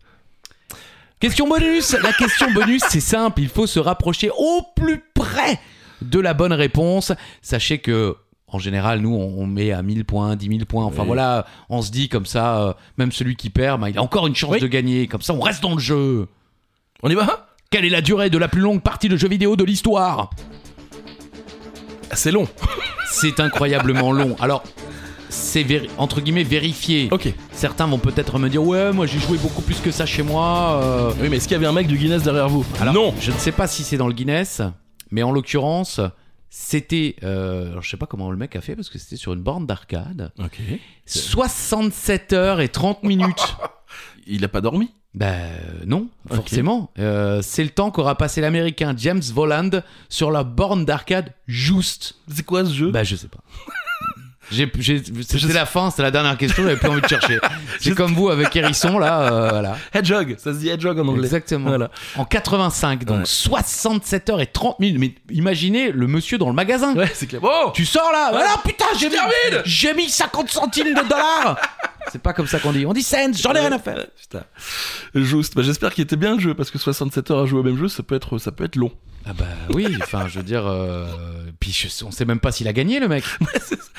S3: Question bonus La question bonus, c'est simple. Il faut se rapprocher au plus près de la bonne réponse. Sachez que, en général, nous, on on met à 1000 points, 10 000 points. Enfin
S1: Oui.
S3: voilà, on se dit comme ça, euh, même celui qui perd, bah, il a encore une chance
S1: Oui.
S3: de gagner. Comme ça, on reste dans le jeu.
S1: On y va
S3: Quelle est la durée de la plus longue partie de jeu vidéo de l'histoire
S1: Ah, C'est long.
S3: C'est incroyablement long. Alors, c'est véri- entre guillemets vérifié.
S1: Ok.
S3: Certains vont peut-être me dire Ouais, moi j'ai joué beaucoup plus que ça chez moi. euh,
S1: Oui, mais est-ce qu'il y avait un mec du Guinness derrière vous
S3: Alors,
S1: Non.
S3: Je ne sais pas si c'est dans le Guinness, mais en l'occurrence, c'était. euh, alors, je sais pas comment le mec a fait parce que c'était sur une borne d'arcade.
S1: Ok.
S3: 67 heures et 30 minutes.
S1: Il a pas dormi
S3: ben non, forcément. Euh, c'est le temps qu'aura passé l'américain James Voland sur la borne d'arcade juste.
S1: C'est quoi ce jeu
S3: Bah je sais pas. J'ai- j'ai-
S1: Je
S3: C'était
S1: sais-
S3: la fin, c'était la dernière question, j'avais plus envie de chercher. C'est comme vous avec Hérisson là, euh, voilà.
S1: Hedgehog. Ça se dit Hedgehog en anglais.
S3: Exactement.
S1: Voilà.
S3: En 85, donc
S1: Ouais.
S3: 67 heures et 30 minutes. Mais imaginez le monsieur dans le magasin.
S1: Ouais, c'est clair. Oh
S3: Tu sors là, voilà putain, j'ai mis,
S1: termine
S3: j'ai mis 50 centimes de dollars. C'est pas comme ça qu'on dit. On dit cents, j'en ai rien à faire.
S1: Ouais, Putain. Juste. Bah, j'espère qu'il était bien le jeu parce que 67 heures à jouer au même jeu, ça peut être, ça peut être long.
S3: Ah bah oui, enfin je veux dire, euh, puis je- on sait même pas s'il a gagné le mec.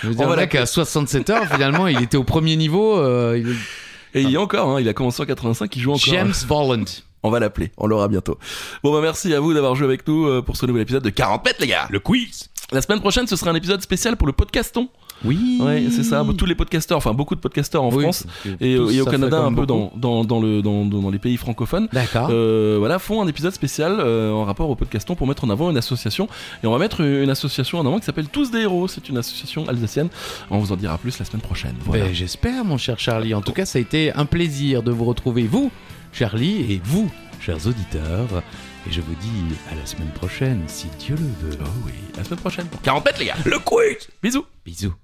S3: Je veux dire,
S1: On va
S3: le mec à 67 heures finalement, il était au premier niveau. euh, il-
S1: Et il y a encore, hein, il a commencé en 85, il joue encore.
S3: James Voland.
S1: On va l'appeler, on l'aura bientôt. Bon bah merci à vous d'avoir joué avec nous euh, pour ce nouvel épisode de 40 mètres les gars.
S2: Le quiz.
S1: La semaine prochaine, ce sera un épisode spécial pour le podcaston.
S3: Oui.
S1: Ouais, c'est ça. Tous les podcasteurs, enfin beaucoup de podcasteurs en
S3: Mmh. Oui,
S1: France
S3: parce que
S1: et, euh,
S3: tous,
S1: et au
S3: ça fait
S1: Canada,
S3: quand
S1: un
S3: même
S1: peu
S3: beaucoup.
S1: dans, dans, dans le, dans, dans les pays francophones.
S3: D'accord.
S1: Euh, voilà, font un épisode spécial euh, en rapport au podcaston pour mettre en avant une association. Et on va mettre une association en avant qui s'appelle Tous des héros. C'est une association alsacienne. On vous en dira plus la semaine prochaine. Voilà.
S3: Ben, J'espère, mon cher Charlie. En tout cas, ça a été un plaisir de vous retrouver, vous, Charlie, et vous, chers auditeurs. Et je vous dis à la semaine prochaine, si Dieu le veut.
S1: Oh oui, à la semaine prochaine pour 40 mètres les gars. Le quiz. Bisous.
S3: Bisous.